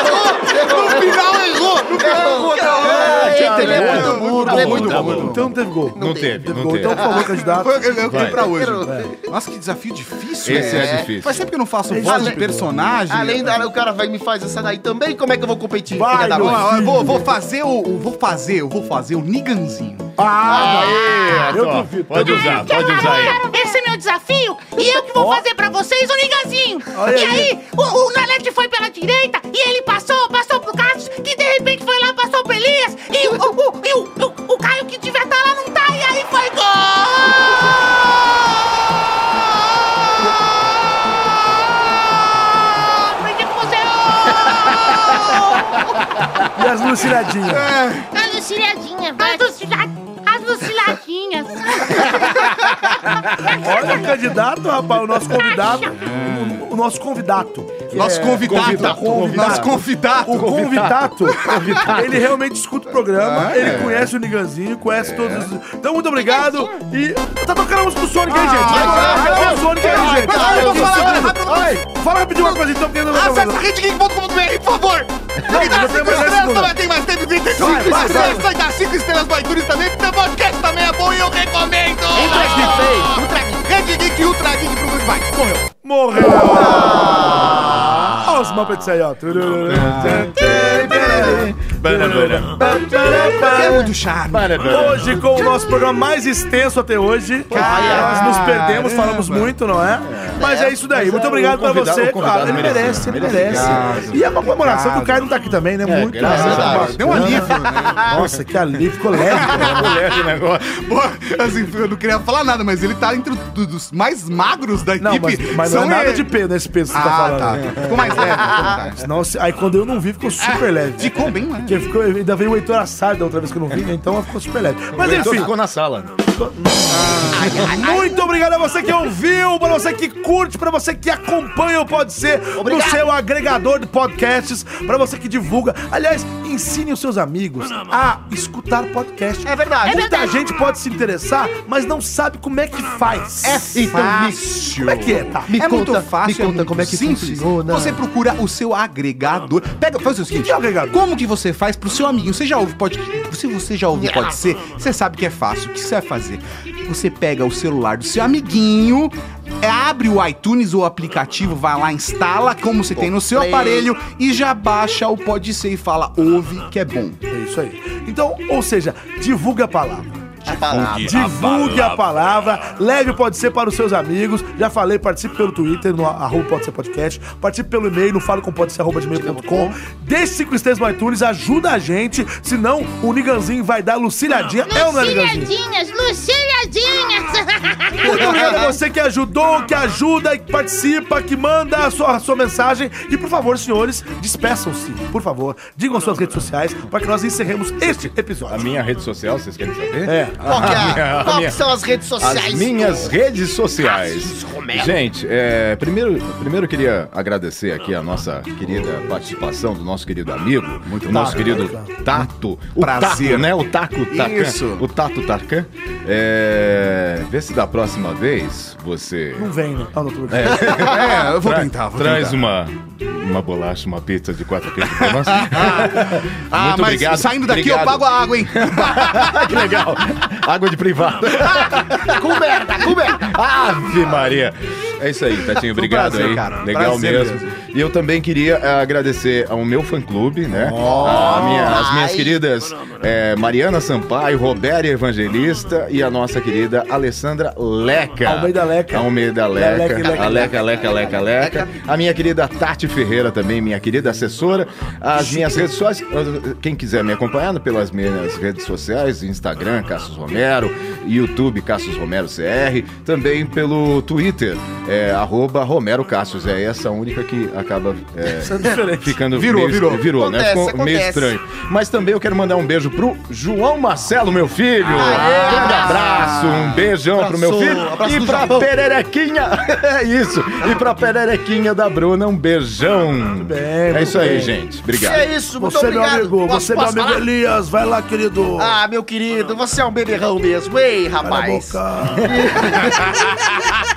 Errou! No final errou! No final errou!
Ah,
Eita, ele é
errou.
muito burro!
Tá
Ele é
bom,
muito
tá
burro!
bom. Então não teve gol.
Não teve, não
Gol.
teve.
Então, por favor, candidato.
Foi o que eu tenho
Vai.
pra hoje.
Errou.
Nossa, que desafio difícil é
Esse é
É. esse.
difícil.
Faz tempo que eu não faço voz de personagem.
Além da, o cara vai me faz essa daí também, como é que eu vou competir?
Vai,
filha da
meu
mãe?
Ó, ó, vou, vou fazer o, o- Vou fazer, eu vou fazer o Niganzinho.
Ah, eu
ó,
duvido.
Pode usar, pode usar aí!
Esse é meu desafio e eu que vou fazer pra vocês o ligazinho.
Olha
E
aí.
aí, o, o Nanete foi pela direita e ele passou, passou pro Cassius, que de repente foi lá, passou pro Elias e o, o, o, e o, o, o Caio que devia estar lá não tá e aí foi gol! Aprendi com você!
E as luciradinhas?
É.
A Lucilhadinha, vai! As, lucila- as Luciladinhas!
Olha o candidato, rapaz, o nosso convidado. O, o nosso convidado. que
Nosso
é-
convidado.
convidado.
Nosso convidado.
O convidado, ele realmente escuta o programa,
Ah,
ele
é.
conhece o Niganzinho, conhece todos os. Então, muito obrigado e. Tá tocando a música do Sonic aí, gente. Vai tocar a música do Sonic aí, gente.
vai, vai, eu vou falar agora, rápido.
Ai, Fala rapidinho uma coisa então, porque eu não vou.
Acesse RedGeek.com.br, por favor!
Não,
E dá
não tem
5
mais essa,
estrelas
não.
também, tem mais tempo 35
Vai, vai,
estrelas,
vai.
sai das 5 estrelas do iTunes também, porque o podcast também é bom e eu recomendo!
Ultra Geek Play, Ultra Geek.
Rede Geek e Ultra Geek pro Good Vai, correu!
Morreu! Olha os Muppets aí, ó.
É muito charme!
Então, Hoje, com o nosso programa mais extenso até hoje, nós nos perdemos, falamos muito, não é? Mas é isso daí. Muito obrigado pra
convidado-
você.
o convidado
Claro, ele
merece,
merece, ele merece.
merece.
E é uma comemoração que o Caio não tá aqui também, né? Muito
graças
legal.
a
Deu um alívio, né?
Nossa, que alívio, ficou leve.
Moleque, um negócio!
Pô, assim, eu não queria falar nada, mas ele tá entre os dos mais magros da
Não,
equipe.
mas, mas não é nada
ele-
de peso, nesse peso que você tá
Ah,
falando.
tá. Ficou mais leve. então tá.
Senão, se- aí quando eu não vi, ficou super leve.
Ficou bem leve.
Porque ficou, ainda veio o Heitor Assad da outra vez que eu não vi, né? então ficou super leve. Mas enfim,
Ficou na sala.
muito obrigado a você que ouviu, pra você que curte, pra você que acompanha o Pode Ser no seu agregador de podcasts, pra você que divulga. Aliás, ensine os seus amigos a escutar podcast.
É verdade.
Muita gente pode se interessar, mas não sabe como é que faz.
É fácil.
Como é que é, tá?
Me Então, é
conta,
muito fácil,
me conta
muito
como é que funciona.
Você procura o seu agregador. Pega, faz o seguinte.
que é agregador?
Como que você faz pro seu amiguinho? Você já ouve pode, se você já ouve pode ser, você sabe que é fácil. O que você vai fazer? Você pega o celular do seu amiguinho, é, abre o iTunes ou o aplicativo, vai lá, instala como você tem no seu
Play.
aparelho e já baixa o pode ser e fala ouve que é bom.
É isso aí. Então, ou seja, divulga a palavra.
A palavra.
Divulgue a palavra, leve o Pode Ser para os seus amigos. Já falei, participe pelo Twitter, no arroba Pode Ser Podcast. Participe pelo e-mail, no falocompodeser.com. Deixe cinco estrelas no iTunes, ajuda a gente. Senão, o Niganzinho vai dar lucilhadinha. É ou não é, Niganzinho?
Lucilhadinhas, Lucilhadinhas!
Muito obrigado a você que ajudou, que ajuda, que participa, que manda a sua, a sua mensagem. E, por favor, senhores, despeçam-se, por favor. Digam suas redes sociais para que nós encerremos este
A
episódio.
minha rede social, vocês querem saber?
É.
Qual, que é?
A minha- a
Qual
minha-
que são as redes sociais?
As minhas redes sociais. Gente, é, primeiro, primeiro eu queria agradecer aqui a nossa querida participação do nosso querido amigo, do nosso querido
Tato. O
Prazer.
Tato, né? O Taco Tarkan.
Isso.
O Tato Tarkan. É... Vê se da próxima vez você...
Não vem, né? Ah, não, tô...
É,
É, eu vou
Tra-
tentar, vou
Traz
tentar.
uma, uma bolacha, uma pizza de quatro queijos pra nós.
Ah,
Muito
mas
obrigado.
saindo daqui
Obrigado.
eu pago a água, hein?
que legal. Água de privado.
com merda, com merda.
Ave Maria. É isso aí, Tatinho. Obrigado
um prazer,
aí.
cara.
Legal
Prazer
mesmo. E eu também queria eh, agradecer ao meu fã-clube, né? A minha- as minhas
Ai.
queridas eh, Mariana Sampaio, Robéria Evangelista e a nossa querida Alessandra Leca.
Almeida Leca.
Almeida
Leca, Leca,
Leca. A Leca, Leca, Leca, Leca. A minha querida Tati Ferreira também, minha querida assessora. As minhas redes sociais, quem quiser me acompanhar pelas minhas redes sociais, Instagram, Cassius Romero, YouTube, Cassius Romero CR, também pelo Twitter, é, arroba Romero Cassius. É essa a única que acaba é,
Isso é diferente.
ficando
Virou,
meio,
virou.
virou né?
Acontece,
Ficou meio
acontece.
estranho. Mas também eu quero mandar um beijo pro João Marcelo, meu filho.
Aê!
Grande abraço, um beijão pro meu
Abraço,
filho.
abraço
E
do
pra
Japão.
Pererequinha. É isso. E pra Pererequinha da Bruna, um beijão. é isso aí,
bem.
gente. Obrigado.
É isso, muito
Você, meu
obrigado.
amigo,
Posso-
você, meu
posso
amigo é
falar?
Elias, vai lá, querido.
Ah, meu querido, você é um beberrão mesmo, ei, rapaz.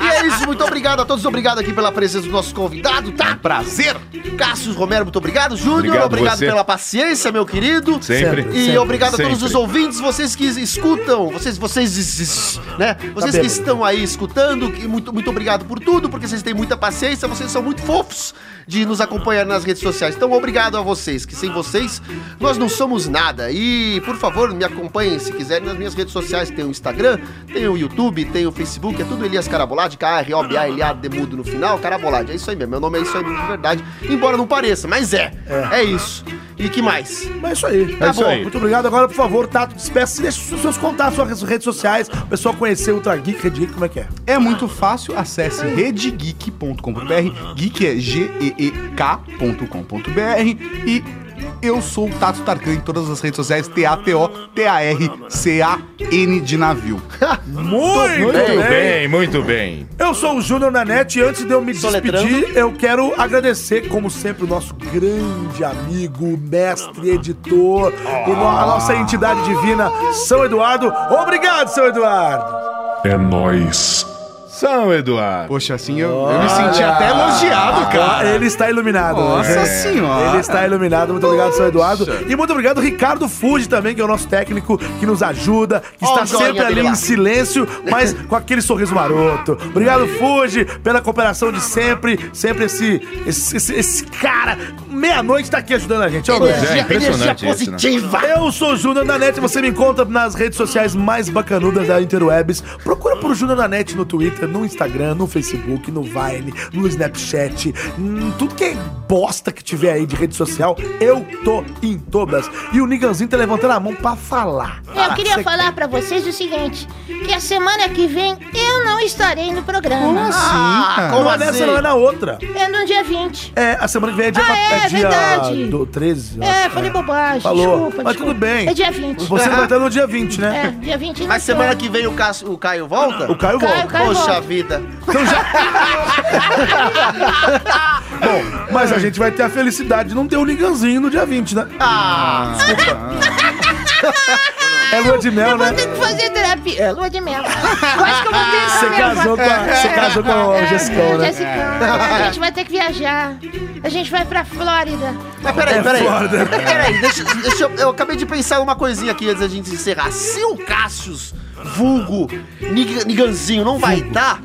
E é isso, muito obrigado a todos, obrigado aqui pela presença do nosso convidado, tá?
Prazer.
Cássio Romero, muito obrigado. Júnior,
Obrigado
obrigado,
você.
pela paciência, meu querido.
Sempre.
E
Sempre.
obrigado a todos
Sempre.
os ouvintes, vocês que escutam, vocês, vocês, es- es- né? Vocês que
bêbado.
estão aí escutando, que muito, muito obrigado por tudo, porque vocês têm muita paciência, vocês são muito fofos de nos acompanhar nas redes sociais. Então, obrigado a vocês, que sem vocês nós não somos nada. E, por favor, me acompanhem se quiserem nas minhas redes sociais. Tem o Instagram, tem o YouTube, tem o Facebook, é tudo Elias Carabolade, K-R-O-B-A, Elias Demudo no final, Carabolade. É isso aí mesmo, meu nome é isso aí mesmo, de verdade, embora não pareça, mas é. É, isso. E que mais?
Mas é isso aí.
Tá bom.
Muito obrigado. Agora, por favor, Tato, despeça, deixa os seus contatos, suas redes sociais, o pessoal conhecer o Ultra Geek, Red Geek, como é que é?
É muito fácil, acesse redegeek.com.br, geek é G-E-E-K.com.br e eu sou o Tato Tarkan em todas as redes sociais, T-A-T-O-T-A-R-C-A-N de navio.
Muito,
Muito bem, muito bem.
Eu sou o Júnior Nanete e antes de eu me despedir,
Soletrando.
eu quero agradecer, como sempre, o nosso grande amigo, mestre, editor, o no- a nossa entidade divina, São Eduardo. Obrigado, São Eduardo!
É nós.
São Eduardo.
Poxa, assim eu, eu me senti até
Ah,
elogiado, cara.
Ele está iluminado.
Nossa
É.
senhora.
Ele está iluminado. Muito obrigado, São Eduardo.
Poxa.
E muito obrigado, Ricardo Fuji, também, que é o nosso técnico, que nos ajuda, que
Ó
está
o joinha
sempre ali
dele
em
lá.
silêncio, mas com aquele sorriso maroto. Obrigado, Fuji, pela cooperação de sempre. Sempre esse, esse, esse- esse cara, meia-noite, está aqui ajudando a gente. Ó,
Pois é,
Luiz.
impressionante isso, né?
Eu sou o Júnior da Net, você me encontra nas redes sociais mais bacanudas da Interwebs. Procura por Júnior da Net no Twitter, no Instagram, no Facebook, no Vine, no Snapchat, hum, tudo que é bosta que tiver aí de rede social, eu tô em todas. E o Niganzinho tá levantando a mão pra falar.
Eu queria
Você-
falar pra vocês o seguinte, que a semana que vem eu não estarei no programa. Como
Ah,
Não
como
é nessa, não é
assim?
na outra.
É no dia 20.
É, a semana que vem é dia,
Ah, é,
é dia
verdade.
do 13. eu
É,
acho.
falei bobagem.
Falou.
Desculpa,
Mas
desculpa.
tudo bem.
É dia 20.
Você vai estar no dia 20, né?
É, dia 20 não
Mas
estou.
semana que vem o, Cássio- o Caio volta?
O
Caio,
Caio volta.
Caio
Poxa
volta.
vida.
Bom, mas a gente vai ter a felicidade de não ter o Niganzinho no dia 20, né?
Ah,
É lua de mel,
Eu vou
né?
ter que fazer terapia. É, lua de mel. Eu acho que eu vou ter
Você casou com a- você casou com a
É.
Jessicão,
É,
né?
Jessicão. A gente vai ter que viajar. A gente vai pra Flórida.
Mas peraí,
É
peraí.
foda.
Peraí, deixa, deixa eu, eu acabei de pensar uma coisinha aqui antes da gente encerrar. Se o Cassius, vulgo, Nig- Niganzinho, não vai estar,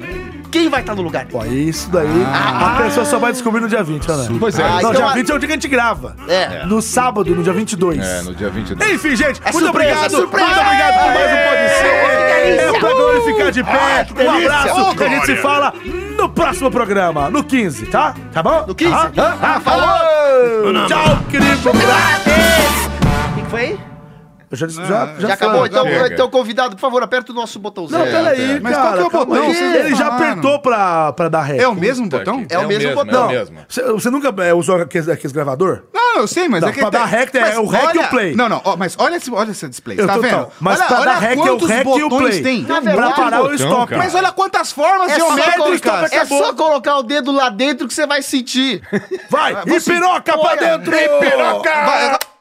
quem vai estar no lugar?
Pô, isso daí a pessoa só vai descobrir no dia 20, né?
Pois é.
Ah,
Não,
então
dia
a-
20 é o dia que a gente grava.
É.
No sábado, no dia 22.
É, no dia 22.
Enfim, gente,
É
muito
surpresa,
obrigado.
surpresa. É,
Muito obrigado por mais um Pode Ser. É pra glorificar de pé.
Ah, que
um
delícia.
abraço.
Ô,
que a gente se fala no próximo programa, no 15, tá? Tá bom? No
15?
Ah, ah, ah, falou! Tchau, querido.
O que que foi? aí?
Eu Já, já, já,
Já
foi.
acabou? Então,
chega.
então, convidado, por favor, aperta o nosso botãozinho.
Não, peraí,
pera.
Mas qual
cara.
que é o
calma
botão?
aí.
Vocês
Ele já
falaram.
apertou pra, pra dar ré.
É o mesmo botão?
É o mesmo
É
botão.
o mesmo.
Você, você nunca é, usou aqueles, aqueles gravador?
Não, eu sei, mas
Não,
é que.
pra dar rec, é
Mas
o rec e o
olha-
play.
Não, não, ó, mas olha esse, olha esse display.
Eu
tá
tô-
vendo?
então, mas
olha,
pra
olha
dar rec é o
quantos
rec e o
botões
play.
Tem.
Na
pra
verdade,
parar o
botão,
stop.
cara.
Mas olha quantas formas
Tá É,
eu
só
médico,
colocar,
cara,
é
acabou.
só colocar o dedo lá dentro que você vai sentir.
Vai, e piroca pra dentro!
Piroca!